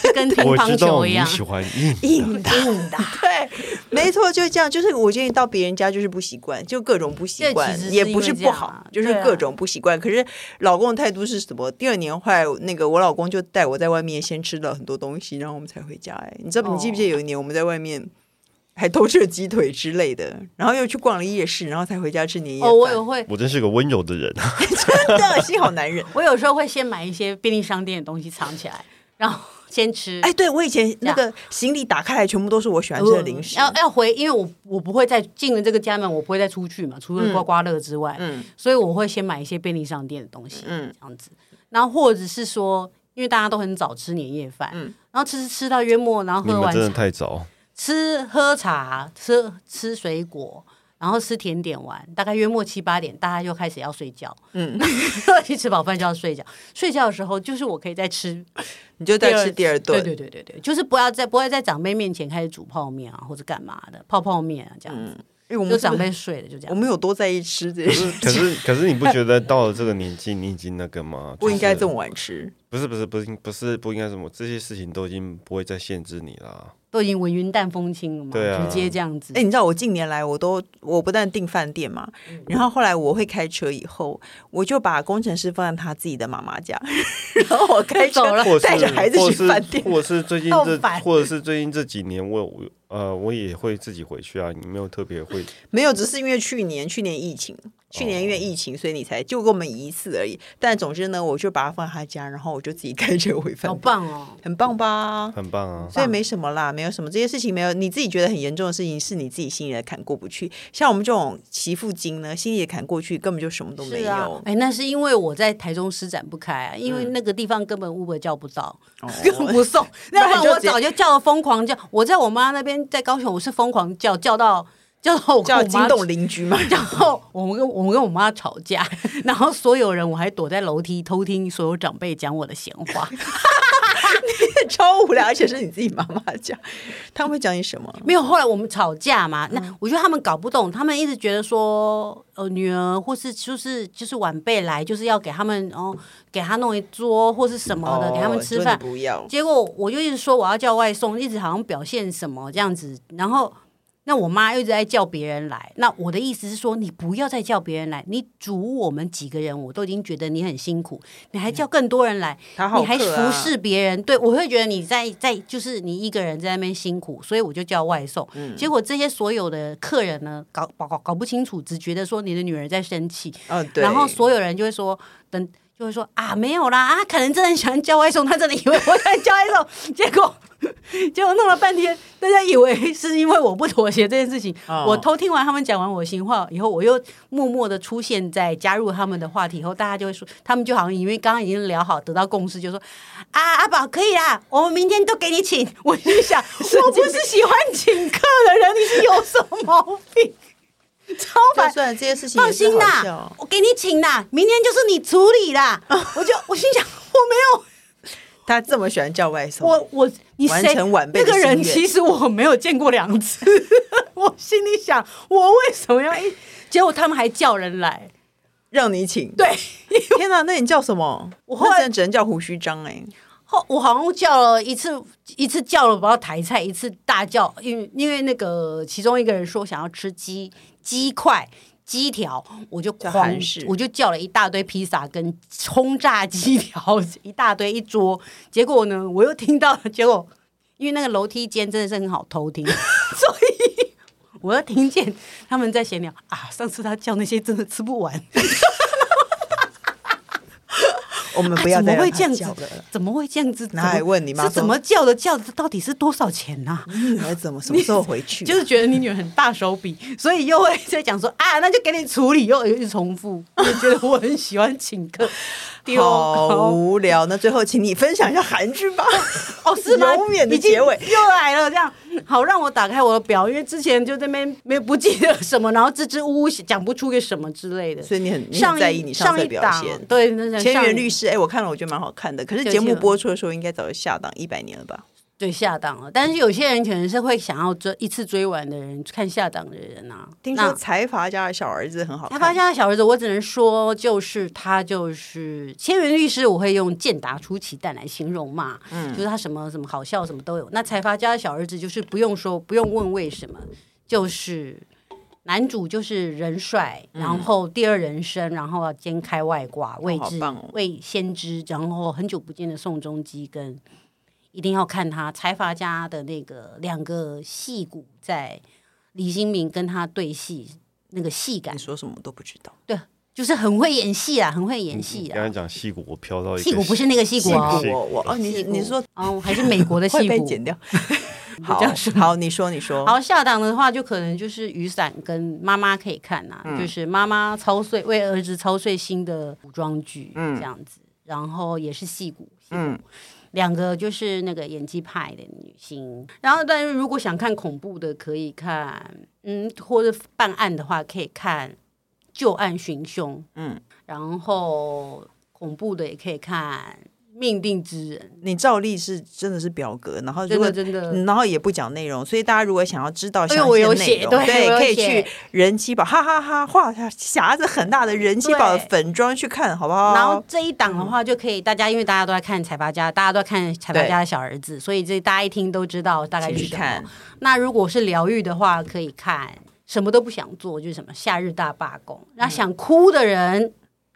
Speaker 2: 就跟乒
Speaker 3: 我
Speaker 2: 乓
Speaker 3: 知
Speaker 2: 球
Speaker 3: 道
Speaker 2: 一
Speaker 3: 你
Speaker 2: 样。哦
Speaker 3: 喜欢硬 的，
Speaker 1: 硬的，硬的，对，没错，就是这样。就是我建议到别人家就是不习惯，就各种不习
Speaker 2: 对其实
Speaker 1: 惯，
Speaker 2: 是
Speaker 1: 也不是
Speaker 2: 因为这
Speaker 1: 不
Speaker 2: 样啊
Speaker 1: 好，就是
Speaker 2: 对啊
Speaker 1: 各种不习惯。可是老公的态度是什么？第二年后来那个我老公就带我在外面先吃了很多东西，然后我们才回家、哎，你知道
Speaker 2: 哦
Speaker 1: 你记不记得有一年我们在外面？还偷吃了鸡腿之类的，然后又去逛了夜市，然后才回家吃年夜饭。
Speaker 2: 哦，我也会，
Speaker 3: 我真是个温柔的人。 啊
Speaker 1: 真的，幸好男人。
Speaker 2: 我有时候会先买一些便利商店的东西藏起来，然后先吃。
Speaker 1: 哎，对我以前那
Speaker 2: 嗯这哦哎
Speaker 1: 个行李打开来，全部都是我喜欢吃的零食。
Speaker 2: 呃要要回，因为我我不会再进了这个家门，我不会再出去嘛，除了刮刮乐之外，
Speaker 1: 嗯
Speaker 2: 所以我会先买一些便利商店的东西，
Speaker 1: 嗯
Speaker 2: 这样子。然后或者是说，因为大家都很早吃年夜饭，
Speaker 1: 嗯
Speaker 2: 然后吃吃到约莫，然后
Speaker 3: 你
Speaker 2: 喝
Speaker 3: 们
Speaker 2: 完
Speaker 3: 真的
Speaker 2: 茶
Speaker 3: 太早，
Speaker 2: 吃喝茶，吃吃水果，然后吃甜点完，大概约莫七八点，大家就开始要睡觉。
Speaker 1: 嗯
Speaker 2: 嗯， 一吃饱饭就要睡觉。睡觉的时候，就是我可以再吃
Speaker 1: 你就再吃第二顿。
Speaker 2: 对对对对对，就是不要在不会在长辈面前开始煮泡面啊，或者干嘛的，泡泡面啊这样子，
Speaker 1: 因为我们
Speaker 2: 就
Speaker 1: 不
Speaker 2: 是长
Speaker 1: 是
Speaker 2: 辈睡了就这
Speaker 1: 嗯我
Speaker 2: 样。
Speaker 1: 们有多在意吃这件事，
Speaker 3: 可是可是你不觉得到了这个年纪，你已经那个吗？
Speaker 1: 不应该这
Speaker 3: 么。
Speaker 1: 么晚吃。
Speaker 3: 不是不是不是不是不应该这么，这些事情都已经不会再限制你啦。
Speaker 2: 都已经文云淡风轻了嘛，
Speaker 3: 对啊
Speaker 2: 直接这样子。
Speaker 1: 哎、你知道我近年来我都我不但订饭店嘛，
Speaker 2: 嗯
Speaker 1: 然后后来我会开车以后，我就把工程师放在他自己的妈妈家， 然后我开车
Speaker 2: 走了
Speaker 3: 或是
Speaker 1: 带着孩子
Speaker 3: 或
Speaker 1: 去
Speaker 3: 是
Speaker 1: 饭店。
Speaker 3: 或是最近
Speaker 2: 好
Speaker 3: 这
Speaker 2: 烦
Speaker 3: 或者是最近这几年我我呃我也会自己回去啊，你没有特别会
Speaker 1: 没有，只是因为去年去年疫情，去年因
Speaker 3: 哦
Speaker 1: 为疫情，所以你才就跟我们一次而已。但总之呢，我就把它放在他家，然后我就自己开车回饭
Speaker 2: 好
Speaker 1: 店，
Speaker 2: 棒哦！
Speaker 1: 很棒吧？
Speaker 3: 很棒啊。
Speaker 1: 所以没什么啦，没有什么这些事情，没有你自己觉得很严重的事情，是你自己心里的坎过不去。像我们这种媳妇精呢，心里的坎过去，根本就什么都没
Speaker 2: 是
Speaker 1: 有。嗯
Speaker 2: 啊，哎、那是因为我在台中施展不开、啊，因为那个地方根本 Uber 叫不到， 根本 不送。那
Speaker 1: 不然
Speaker 2: 不
Speaker 1: 哦就
Speaker 2: 然我
Speaker 1: 直接
Speaker 2: 早就叫了疯狂叫，我在我妈那边在高雄，我是疯狂叫，叫到叫到我跟
Speaker 1: 叫
Speaker 2: 我
Speaker 1: 惊
Speaker 2: 妈
Speaker 1: 动邻 居嘛，
Speaker 2: 然后我们跟我们跟我妈吵架，然后所有人我还躲在楼梯偷听所有长辈讲我的闲话，
Speaker 1: 超无聊，而且是你自己妈妈讲，他们会讲你什么？
Speaker 2: 没有。后来我们吵架嘛，
Speaker 1: 嗯
Speaker 2: 那我觉得他们搞不懂，他们一直觉得说，呃，女儿或是就是就是晚辈来，就是要给他们哦，给他弄一桌或是什么的，给他们
Speaker 1: 哦
Speaker 2: 吃
Speaker 1: 说你
Speaker 2: 饭。
Speaker 1: 不要。
Speaker 2: 结果我就一直说我要叫外送，一直好像表现什么这样子，然后那我妈又一直在叫别人来。那我的意思是说，你不要再叫别人来，你煮我们几个人，我都已经觉得你很辛苦，
Speaker 1: 嗯
Speaker 2: 你还叫更多人来，
Speaker 1: 他好
Speaker 2: 你还
Speaker 1: 客啊
Speaker 2: 服侍别人，对我会觉得你在在就是你一个人在那边辛苦，所以我就叫外送。
Speaker 1: 嗯
Speaker 2: 结果这些所有的客人呢，搞搞搞搞不清楚，只觉得说你的女儿在生气，
Speaker 1: 嗯，对。
Speaker 2: 然后所有人就会说，等就会说啊，没有啦，啊，可能真的很喜欢叫外送，他真的以为我在叫外送， 结果结果弄了半天，大家以为是因为我不妥协这件事情。
Speaker 1: 哦
Speaker 2: 我偷听完他们讲完我闲话以后，我又默默的出现在加入他们的话题以后，大家就会说，他们就好像因为刚刚已经聊好，得到共识，就说啊，阿宝可以啦，我们明天都给你请。我就想， 我不是喜欢请客的人，你是有什么毛病？ 超
Speaker 1: 就
Speaker 2: 烦，
Speaker 1: 算这些事情
Speaker 2: 放
Speaker 1: 也是
Speaker 2: 心
Speaker 1: 好
Speaker 2: 啦
Speaker 1: 笑，，
Speaker 2: 我给你请啦，明天就是你处理啦。 我就我心想，我
Speaker 1: 他这么喜欢叫外送，
Speaker 2: 没有，我我你
Speaker 1: 完
Speaker 2: 谁
Speaker 1: 成晚辈
Speaker 2: 那
Speaker 1: 的
Speaker 2: 个
Speaker 1: 心愿
Speaker 2: 人，其实我没有见过两次。 我心里想，我为什么要一？结果他们还叫人来，
Speaker 1: 让你请。
Speaker 2: 对，
Speaker 1: 天哪，那你叫什么？
Speaker 2: 我后
Speaker 1: 那
Speaker 2: 来
Speaker 1: 真的只能叫胡须章哎。
Speaker 2: 后我好像叫了一次，一次叫了不到台菜，一次大叫，因为因为那个其中一个人说想要吃鸡鸡块。鸡条，我就
Speaker 1: 叫
Speaker 2: 狂
Speaker 1: 韩式，
Speaker 2: 我就叫了一大堆披萨跟轰炸鸡条， 一大堆一桌。结果呢，我又听到了，结果因为那个楼梯间真的是很好偷听， 所以我又听见他们在闲聊啊，上次他叫那些真的吃不完，
Speaker 1: 我们不要
Speaker 2: 啊、
Speaker 1: 再
Speaker 2: 怎么
Speaker 1: 让
Speaker 2: 会
Speaker 1: 他
Speaker 2: 这样
Speaker 1: 叫
Speaker 2: 子
Speaker 1: 了啦？
Speaker 2: 怎么会这样子？
Speaker 1: 哪还
Speaker 2: 怎么
Speaker 1: 问你妈
Speaker 2: 是
Speaker 1: 说
Speaker 2: 怎么叫的？叫的到底是多少钱呐、
Speaker 1: 你女儿怎么什么时候回去啊？
Speaker 2: 就是觉得你女儿很大手笔，所以 又会在讲说啊，那就给你处理，又又一直重复，就觉得我很喜欢请客。丢
Speaker 1: 好无聊。那最后，请你分享一下韩剧吧。
Speaker 2: 哦，是吗？
Speaker 1: 永远的
Speaker 2: 已经
Speaker 1: 结尾
Speaker 2: 又来了，这样好让我打开我的表，因为之前就在那边没有不记得什么，然后支支吾吾讲不出个什么之类的。
Speaker 1: 所以你很你
Speaker 2: 上
Speaker 1: 很
Speaker 2: 一
Speaker 1: 在意你上次
Speaker 2: 一
Speaker 1: 的表
Speaker 2: 档
Speaker 1: 现。
Speaker 2: 对，那那
Speaker 1: 千
Speaker 2: 上
Speaker 1: 元
Speaker 2: 一
Speaker 1: 律师，哎、我看了，我觉得蛮好看的。可是
Speaker 2: 对
Speaker 1: 节
Speaker 2: 这
Speaker 1: 目
Speaker 2: 个
Speaker 1: 播出的时候，应该早就下档一百年了吧？
Speaker 2: 对下档了，但是有些人可能是会想要追一次追完的人，看下档的人啊。
Speaker 1: 听
Speaker 2: 那
Speaker 1: 说财阀家的小儿子很好
Speaker 2: 他
Speaker 1: 看，
Speaker 2: 发现他小儿子，我只能说，就是他就是千元律师，我会用健达出奇蛋来形容嘛，嗯，就是他什么什么好笑什么都有。那财阀家的小儿子就是不用说，不用问为什么，就是男主就是人帅，然后第二人生，然后要兼开外挂，为
Speaker 1: 好
Speaker 2: 之、
Speaker 1: 棒哦
Speaker 2: 为先知，然后很久不见的宋仲基跟一定要看他财阀家的那个两个戏骨在李新民跟他对戏。那个戏感
Speaker 1: 你说什么我都不知道。
Speaker 2: 对，就是很会演戏啊，很会演戏
Speaker 3: 你
Speaker 1: 嗯
Speaker 3: 刚才
Speaker 2: 啊。
Speaker 3: 讲戏骨，我飘到一个
Speaker 2: 戏骨不是那个戏骨哦
Speaker 3: 戏，
Speaker 1: 我我哦，嗯你
Speaker 2: 戏骨
Speaker 1: 你说
Speaker 2: 哦，还是美国的
Speaker 1: 会
Speaker 2: 戏
Speaker 1: 被
Speaker 2: 骨。
Speaker 1: 剪掉？ 好
Speaker 2: 这样说
Speaker 1: 好，你说你说。
Speaker 2: 好，下档的话就可能就是雨伞跟妈妈可以看啊，就是妈妈操碎为儿子操碎心的古装剧，这样子，然后也是戏骨，戏骨
Speaker 1: 嗯，
Speaker 2: 两个就是那个演技派的女星，然后但是如果想看恐怖的可以看，嗯，或者办案的话可以看《旧案寻凶》，
Speaker 1: 嗯，
Speaker 2: 然后恐怖的也可以看《命定之人
Speaker 1: 你照例是真的是表格，然后》，如
Speaker 2: 真
Speaker 1: 果
Speaker 2: 的真的。
Speaker 1: 嗯然后也不讲内容，所以大家如果想要知道
Speaker 2: 哎
Speaker 1: 详
Speaker 2: 呦
Speaker 1: 细
Speaker 2: 我
Speaker 1: 的
Speaker 2: 有
Speaker 1: 内
Speaker 2: 写
Speaker 1: 容，
Speaker 2: 对我有
Speaker 1: 可以
Speaker 2: 写
Speaker 1: 去人气宝哈哈哈画匣子很大的人气宝的
Speaker 2: 对
Speaker 1: 粉妆去看，好不好？
Speaker 2: 然后这一档的话，就可以大家因为大家都在看财阀家，大家都在看财阀家的小儿子，所以这大家一听都知道大概
Speaker 1: 请
Speaker 2: 是
Speaker 1: 去
Speaker 2: 什
Speaker 1: 看
Speaker 2: 么。，那如果是疗愈的话，可以看什么都不想做，就是什么夏日大罢工。那想哭的人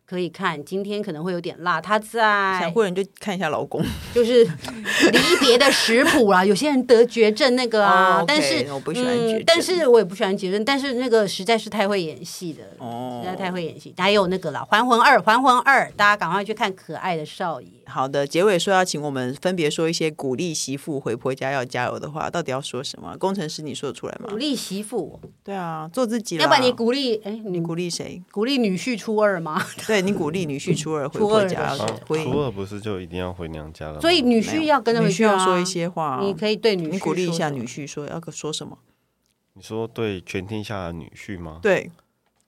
Speaker 2: 可以看，今天可能会有点辣，他
Speaker 1: 想
Speaker 2: 在
Speaker 1: 过人就看一下老公
Speaker 2: 就是离别的食谱 啊啦。有些人得绝症那个啊，
Speaker 1: 哦，OK，
Speaker 2: 但是
Speaker 1: 我不喜欢
Speaker 2: 嗯
Speaker 1: 绝症
Speaker 2: 但是我也不喜欢绝症，但是那个实在是太会演戏的，
Speaker 1: 哦
Speaker 2: 实在太会演戏。还有那个啦，《还魂二》，《还魂二》，大家赶快去看《可爱的少爷》。
Speaker 1: 好的，结尾说要请我们分别说一些鼓励媳妇回婆家要加油的话，到底要说什么？工程师，你说得出来吗
Speaker 2: 鼓？励媳妇，
Speaker 1: 对啊，做自啊己啦。
Speaker 2: 要不然你鼓励哎，你
Speaker 1: 你鼓励谁？
Speaker 2: 鼓励女婿初二吗？
Speaker 1: 对你鼓励女婿初二回
Speaker 2: 嗯初
Speaker 1: 婆
Speaker 2: 二
Speaker 1: 家
Speaker 2: 的时
Speaker 3: 啊
Speaker 2: 候
Speaker 1: 回，
Speaker 3: 初二不是就一定要回娘家了吗？
Speaker 2: 所以女
Speaker 1: 没有
Speaker 2: 婿要跟着
Speaker 1: 女
Speaker 2: 回
Speaker 1: 婿
Speaker 2: 去啊
Speaker 1: 要说一些话，
Speaker 2: 你可以对女婿
Speaker 1: 你鼓励一下
Speaker 2: 说什么
Speaker 1: 女婿说要个说什么？
Speaker 3: 你说对全天下的女婿吗？
Speaker 1: 对，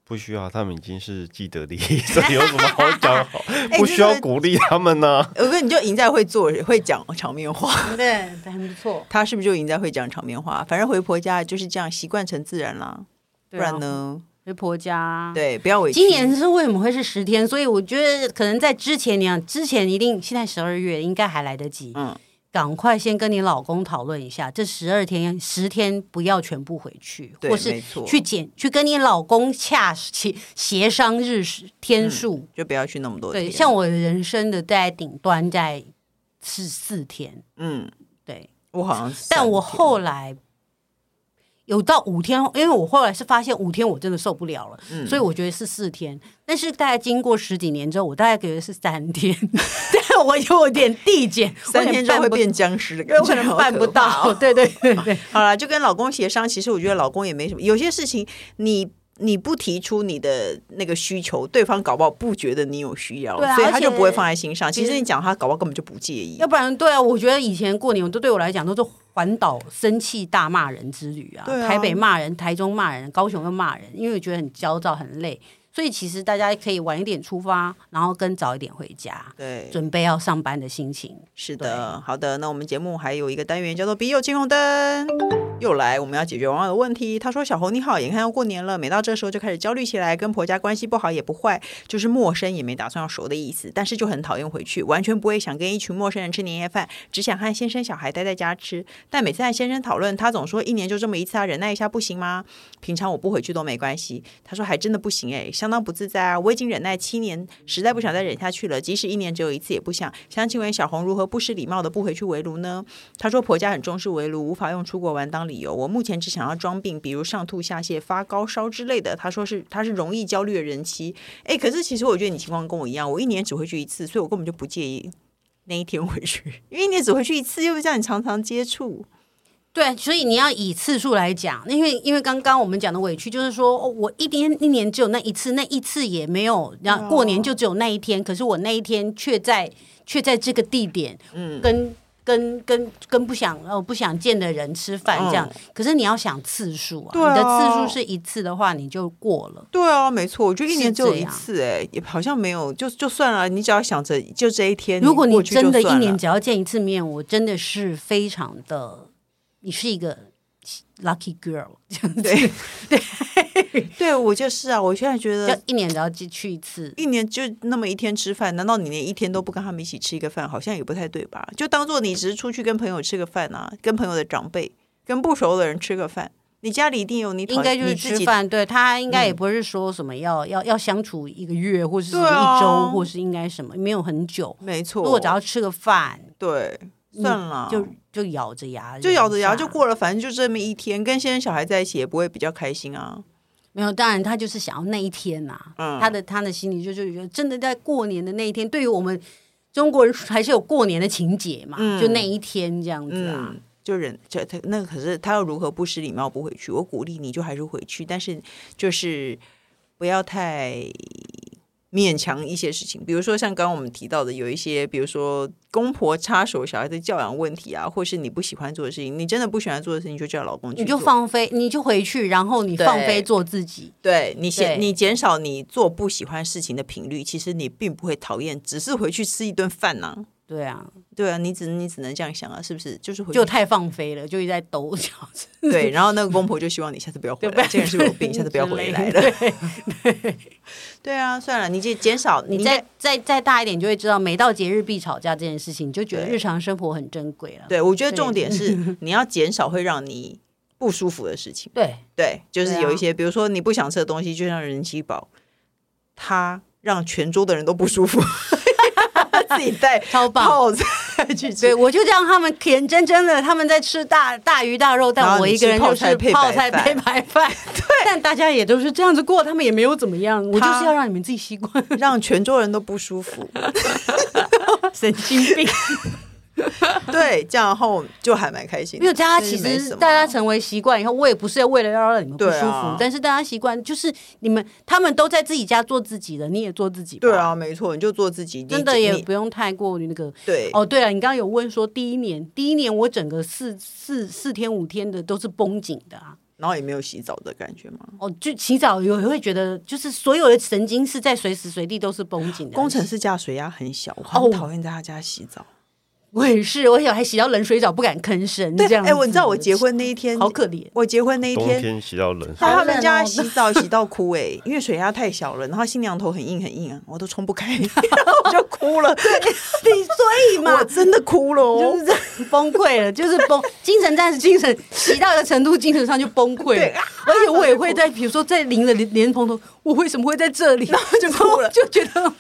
Speaker 3: 不需要，他们已经是既得利益，所以有什么 好讲好？
Speaker 1: 哎
Speaker 3: 不需要鼓励他们呢、
Speaker 1: 我跟你就赢在会做会讲场面话，
Speaker 2: 对，很不错。
Speaker 1: 他是不是就赢在会讲场面话？反正回婆家就是这样，习惯成自然啦。不
Speaker 2: 对啊
Speaker 1: 然？呢？
Speaker 2: 回婆家。。啊
Speaker 1: 对，不要委屈。
Speaker 2: 今年是为什么会是十天？所以我觉得可能在之前，你想之前一定现在十二月应该还来得及，
Speaker 1: 嗯
Speaker 2: 赶快先跟你老公讨论一下，这十二天十天不要全部回去，
Speaker 1: 对
Speaker 2: 或是
Speaker 1: 没错
Speaker 2: 去减去跟你老公洽协协商日时
Speaker 1: 嗯
Speaker 2: 天数，
Speaker 1: 就不要去那么多
Speaker 2: 对，
Speaker 1: 天
Speaker 2: 像我人生的在顶端在是四天，
Speaker 1: 嗯，
Speaker 2: 对，
Speaker 1: 我好像是
Speaker 2: 但我
Speaker 1: 三天
Speaker 2: 后来有到五天，因为我后来是发现五天我真的受不了了，
Speaker 1: 嗯
Speaker 2: 所以我觉得是四天。但是大概经过十几年之后，我大概觉得是三天， 但我有点递减，
Speaker 1: 三天之后会变
Speaker 2: 我
Speaker 1: 僵尸的感
Speaker 2: 有
Speaker 1: 觉，
Speaker 2: 点办不，因为我可能
Speaker 1: 好
Speaker 2: 办不
Speaker 1: 可怕
Speaker 2: 到。
Speaker 1: 哦。
Speaker 2: 对对对对，
Speaker 1: 好了，就跟老公协商。其实我觉得老公也没什么，有些事情你你不提出你的那个需求，对方搞不好不觉得你有需要，
Speaker 2: 对啊
Speaker 1: 所以他
Speaker 2: 而且
Speaker 1: 就不会放在心上。其实
Speaker 2: 其实
Speaker 1: 你讲他，搞不好根本就不介意
Speaker 2: 要。不然对啊，我觉得以前过年我都对我来讲都是环岛生气大骂人之旅啊，
Speaker 1: 对啊
Speaker 2: 台北骂人，台中骂人，高雄又骂人，因为我觉得很焦躁很累，所以其实大家可以晚一点出发，然后跟早一点回家，
Speaker 1: 对，
Speaker 2: 准备要上班的心情。
Speaker 1: 是的，好的。那我们节目还有一个单元叫做“笔友青红灯”，又来，我们要解决网友的问题。他说：“小红你好，眼看要过年了，每到这时候就开始焦虑起来，跟婆家关系不好也不坏，就是陌生也没打算要熟的意思，但是就很讨厌回去，完全不会想跟一群陌生人吃年夜饭，只想和先生小孩待在家吃。但每次和先生讨论，他总说一年就这么一次啊，忍耐一下不行吗？平常我不回去都没关系。他说还真的不行诶，相当不自在啊！我已经忍耐七年，实在不想再忍下去了。即使一年只有一次也不想。想请问小红如何不失礼貌的不回去围炉呢？他说婆家很重视围炉，无法用出国玩当理由。我目前只想要装病，比如上吐下泻、发高烧之类的。他说是他是容易焦虑的人妻。诶，可是其实我觉得你情况跟我一样，我一年只回去一次，所以我根本就不介意。那一天回去，因为一年只回去一次，又不像你常常接触。
Speaker 2: 对，所以你要以次数来讲，因为因为刚刚我们讲的委屈就是说，哦、我一年一年只有那一次，那一次也没有，然后过年就只有那一天，可是我那一天却在却在这个地点，嗯，跟跟跟跟不想呃不想见的人吃饭这样。可是你要想次数嗯啊，
Speaker 1: 对啊
Speaker 2: 你的次数是一次的话，你就过了。
Speaker 1: 对啊，没错，我觉得一
Speaker 2: 是
Speaker 1: 年只有
Speaker 2: 这
Speaker 1: 一
Speaker 2: 样
Speaker 1: 次、哎，也好像没有，就就算了。你只要想着就这一天，
Speaker 2: 如果你
Speaker 1: 过去就
Speaker 2: 真的一
Speaker 1: 算
Speaker 2: 年
Speaker 1: 了
Speaker 2: 只要见一次面，我真的是非常的，你是一个 lucky girl 这样子，
Speaker 1: 对对，我就是啊，我现在觉
Speaker 2: 要
Speaker 1: 得。
Speaker 2: 一年只要去去一次。
Speaker 1: 一年就那么一天吃饭，难道你连一天都不跟他们一起吃一个饭，好像也不太对吧？就当做你只是出去跟朋友吃个饭啊，跟朋友的长辈、跟不熟的人吃个饭。你家里一定有你讨
Speaker 2: 应该就是
Speaker 1: 你自
Speaker 2: 吃
Speaker 1: 己
Speaker 2: 饭，对他应该也不是说什么要、要要相处一个月，或是什么
Speaker 1: 对啊
Speaker 2: 一周，或是应该什么没有很久。
Speaker 1: 没错。
Speaker 2: 如果只要吃个饭，
Speaker 1: 对，
Speaker 2: 嗯
Speaker 1: 算了，
Speaker 2: 就就咬着牙，
Speaker 1: 就咬着牙就
Speaker 2: 忍下
Speaker 1: 过了，反正就这么一天，跟先生小孩在一起也不会比较开心啊。
Speaker 2: 没有，当然他就是想要那一天呐、
Speaker 1: 嗯
Speaker 2: 他的他的心里就是觉得，真的在过年的那一天，对于我们中国人还是有过年的情节嘛，
Speaker 1: 嗯
Speaker 2: 就那一天这样子啊。
Speaker 1: 嗯，就忍，这他那可是他要如何不失礼貌不回去？我鼓励你就还是回去，但是就是不要太勉强一些事情，比如说像刚刚我们提到的，有一些比如说公婆插手小孩的教养问题啊，或是你不喜欢做的事情，你真的不喜欢做的事情，就叫老公去
Speaker 2: 你就
Speaker 1: 做
Speaker 2: 放飞，你就回去，然后你
Speaker 1: 对
Speaker 2: 放飞做自己。
Speaker 1: 对你
Speaker 2: 对
Speaker 1: 减你减少你做不喜欢事情的频率，其实你并不会讨厌，只是回去吃一顿饭呐、
Speaker 2: 对啊，
Speaker 1: 对啊，你只你只能这样想啊，是不是？就是回去
Speaker 2: 就太放飞了，就一直在抖这样子。
Speaker 1: 对，然后那个公婆就希望你下次不要回来，这个人是有病，下次不要回来了。
Speaker 2: 对，
Speaker 1: 对啊，算了，你减减少
Speaker 2: 你
Speaker 1: 应
Speaker 2: 再
Speaker 1: 该
Speaker 2: 再再大一点，就会知道每到节日必吵架这件事情，你就觉得
Speaker 1: 对
Speaker 2: 日常生活很珍贵了。
Speaker 1: 对我觉得
Speaker 2: 对
Speaker 1: 重点 是你要减少会让你不舒服的事情。
Speaker 2: 对，
Speaker 1: 对，就是
Speaker 2: 对啊
Speaker 1: 有一些，比如说你不想吃的东西，就像人气宝，它让全桌的人都不舒服， 自己带
Speaker 2: 超棒
Speaker 1: 泡菜去吃
Speaker 2: 对，。我就让他们眼睁睁的他们在吃大大鱼大肉，
Speaker 1: 然
Speaker 2: 但
Speaker 1: 后
Speaker 2: 我
Speaker 1: 你
Speaker 2: 一个人
Speaker 1: 吃泡
Speaker 2: 就
Speaker 1: 菜
Speaker 2: 是
Speaker 1: 配
Speaker 2: 泡
Speaker 1: 白
Speaker 2: 菜
Speaker 1: 饭
Speaker 2: 配白饭。 对，但大家也都是这样子过，他们也没有怎么样。我就
Speaker 1: 他
Speaker 2: 是要让你们自己习惯，
Speaker 1: 让全桌人都不舒服，
Speaker 2: 神经病。
Speaker 1: 对，这样后就还蛮开心的。
Speaker 2: 没有，大家
Speaker 1: 就
Speaker 2: 其
Speaker 1: 是没什
Speaker 2: 实
Speaker 1: 么
Speaker 2: 大家成为习惯以后，我也不是为了要让你们不舒
Speaker 1: 对
Speaker 2: 服，
Speaker 1: 啊
Speaker 2: 但是大家习惯就是你们他们都在自己家做自己的，你也做自己。
Speaker 1: 对，啊，没错，你就做自己，你
Speaker 2: 真的也
Speaker 1: 你
Speaker 2: 不用太过于那个。
Speaker 1: 对
Speaker 2: 哦，对了，你刚刚有问说第一年，第一年我整个四四四天五天的都是绷紧的啊。
Speaker 1: 然后也没有洗澡的感觉吗？
Speaker 2: 哦，就洗澡有会觉得，就是所有的神经是在随时随地都是绷紧的。啊
Speaker 1: 工程师家水压很小，我
Speaker 2: 哦
Speaker 1: 很讨厌在他家洗澡。
Speaker 2: 我也是，我小还洗到冷水澡不敢吭声，
Speaker 1: 对
Speaker 2: 这，样子。
Speaker 1: 哎，我你知道我结婚那一天，
Speaker 2: 好可怜，
Speaker 1: 我结婚那一
Speaker 3: 冬
Speaker 1: 天。
Speaker 3: 天洗到冷水
Speaker 1: 到，他
Speaker 2: 冷
Speaker 1: 们家
Speaker 2: 哦
Speaker 1: 洗澡洗到哭哎、 因为水压太小了，然后新娘头很硬很硬啊，我都冲不开， 然后我就哭了，
Speaker 2: 你所以嘛
Speaker 1: 我，真的哭了哦
Speaker 2: 就是这样 崩溃了，就是崩，精神战士精神洗到一个程度，精神上就崩溃
Speaker 1: 对
Speaker 2: 了
Speaker 1: 啊。
Speaker 2: 而且我也会在，比如说在淋了莲莲蓬头，我为什么会在 这里？ 然后就
Speaker 1: 哭了
Speaker 2: 就觉得。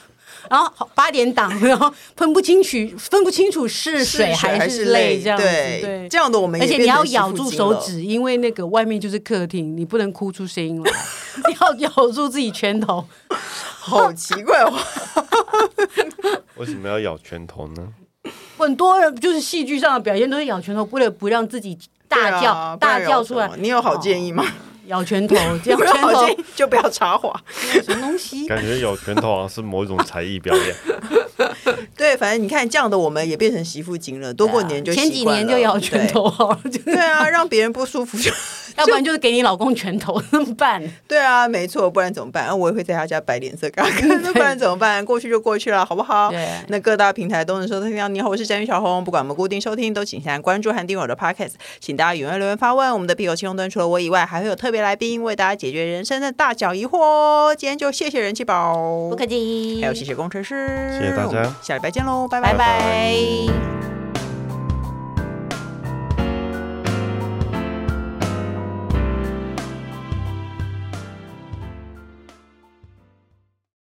Speaker 2: 然后好八点档，然后分不清楚，分不清楚是水还是泪，这样子
Speaker 1: 对
Speaker 2: 对，
Speaker 1: 这样的我们
Speaker 2: 而
Speaker 1: 也
Speaker 2: 且
Speaker 1: 变
Speaker 2: 你要
Speaker 1: 成媳
Speaker 2: 咬
Speaker 1: 妇
Speaker 2: 住
Speaker 1: 精
Speaker 2: 手
Speaker 1: 了
Speaker 2: 指，因为那个外面就是客厅，你不能哭出声音来， 你要咬住自己拳头。
Speaker 1: 好奇怪 哦，
Speaker 3: 为什么要咬拳头呢？
Speaker 2: 很多人就是戏剧上的表现都是咬拳头，为了不让自己大
Speaker 1: 对
Speaker 2: 叫、
Speaker 1: 啊不
Speaker 2: 大
Speaker 1: 然
Speaker 2: 叫
Speaker 1: 有什
Speaker 2: 出来哦
Speaker 1: 么。你有好建议吗？
Speaker 2: 咬 拳头，这样
Speaker 1: 没有
Speaker 2: 拳
Speaker 1: 好
Speaker 2: 头
Speaker 1: 建议就不要插话。
Speaker 2: 什么东西？
Speaker 3: 感觉咬拳头好像是某一种才艺表演。
Speaker 1: 对，反正你看这样的我们也变成媳妇精了，多过年就
Speaker 2: 前
Speaker 1: 习
Speaker 2: 几
Speaker 1: 惯
Speaker 2: 年
Speaker 1: 了
Speaker 2: 就咬拳。头好了， 就
Speaker 1: 对对啊，让别人不舒服就
Speaker 2: 要不然就是给你老公拳头，怎么办？
Speaker 1: 对啊，没错，不然怎么办？啊我也会在他家摆脸色给他看，那不然怎么办？过去就过去了，好不好
Speaker 2: 对？
Speaker 1: 那各大平台都能收听到。你好，我是詹宇小红。不管我们固定收听，都请先关注和订阅我的 Podcast。请大家踊跃留言发问。我们的必有青龙端除了我以外，还会有特别来宾为大家解决人生的大小疑惑哦。今天就谢谢人气宝，
Speaker 2: 不客气，
Speaker 1: 还有谢谢工程师，
Speaker 3: 谢谢大家
Speaker 1: 我们下礼拜见喽，拜
Speaker 2: 拜
Speaker 1: 拜
Speaker 2: 拜。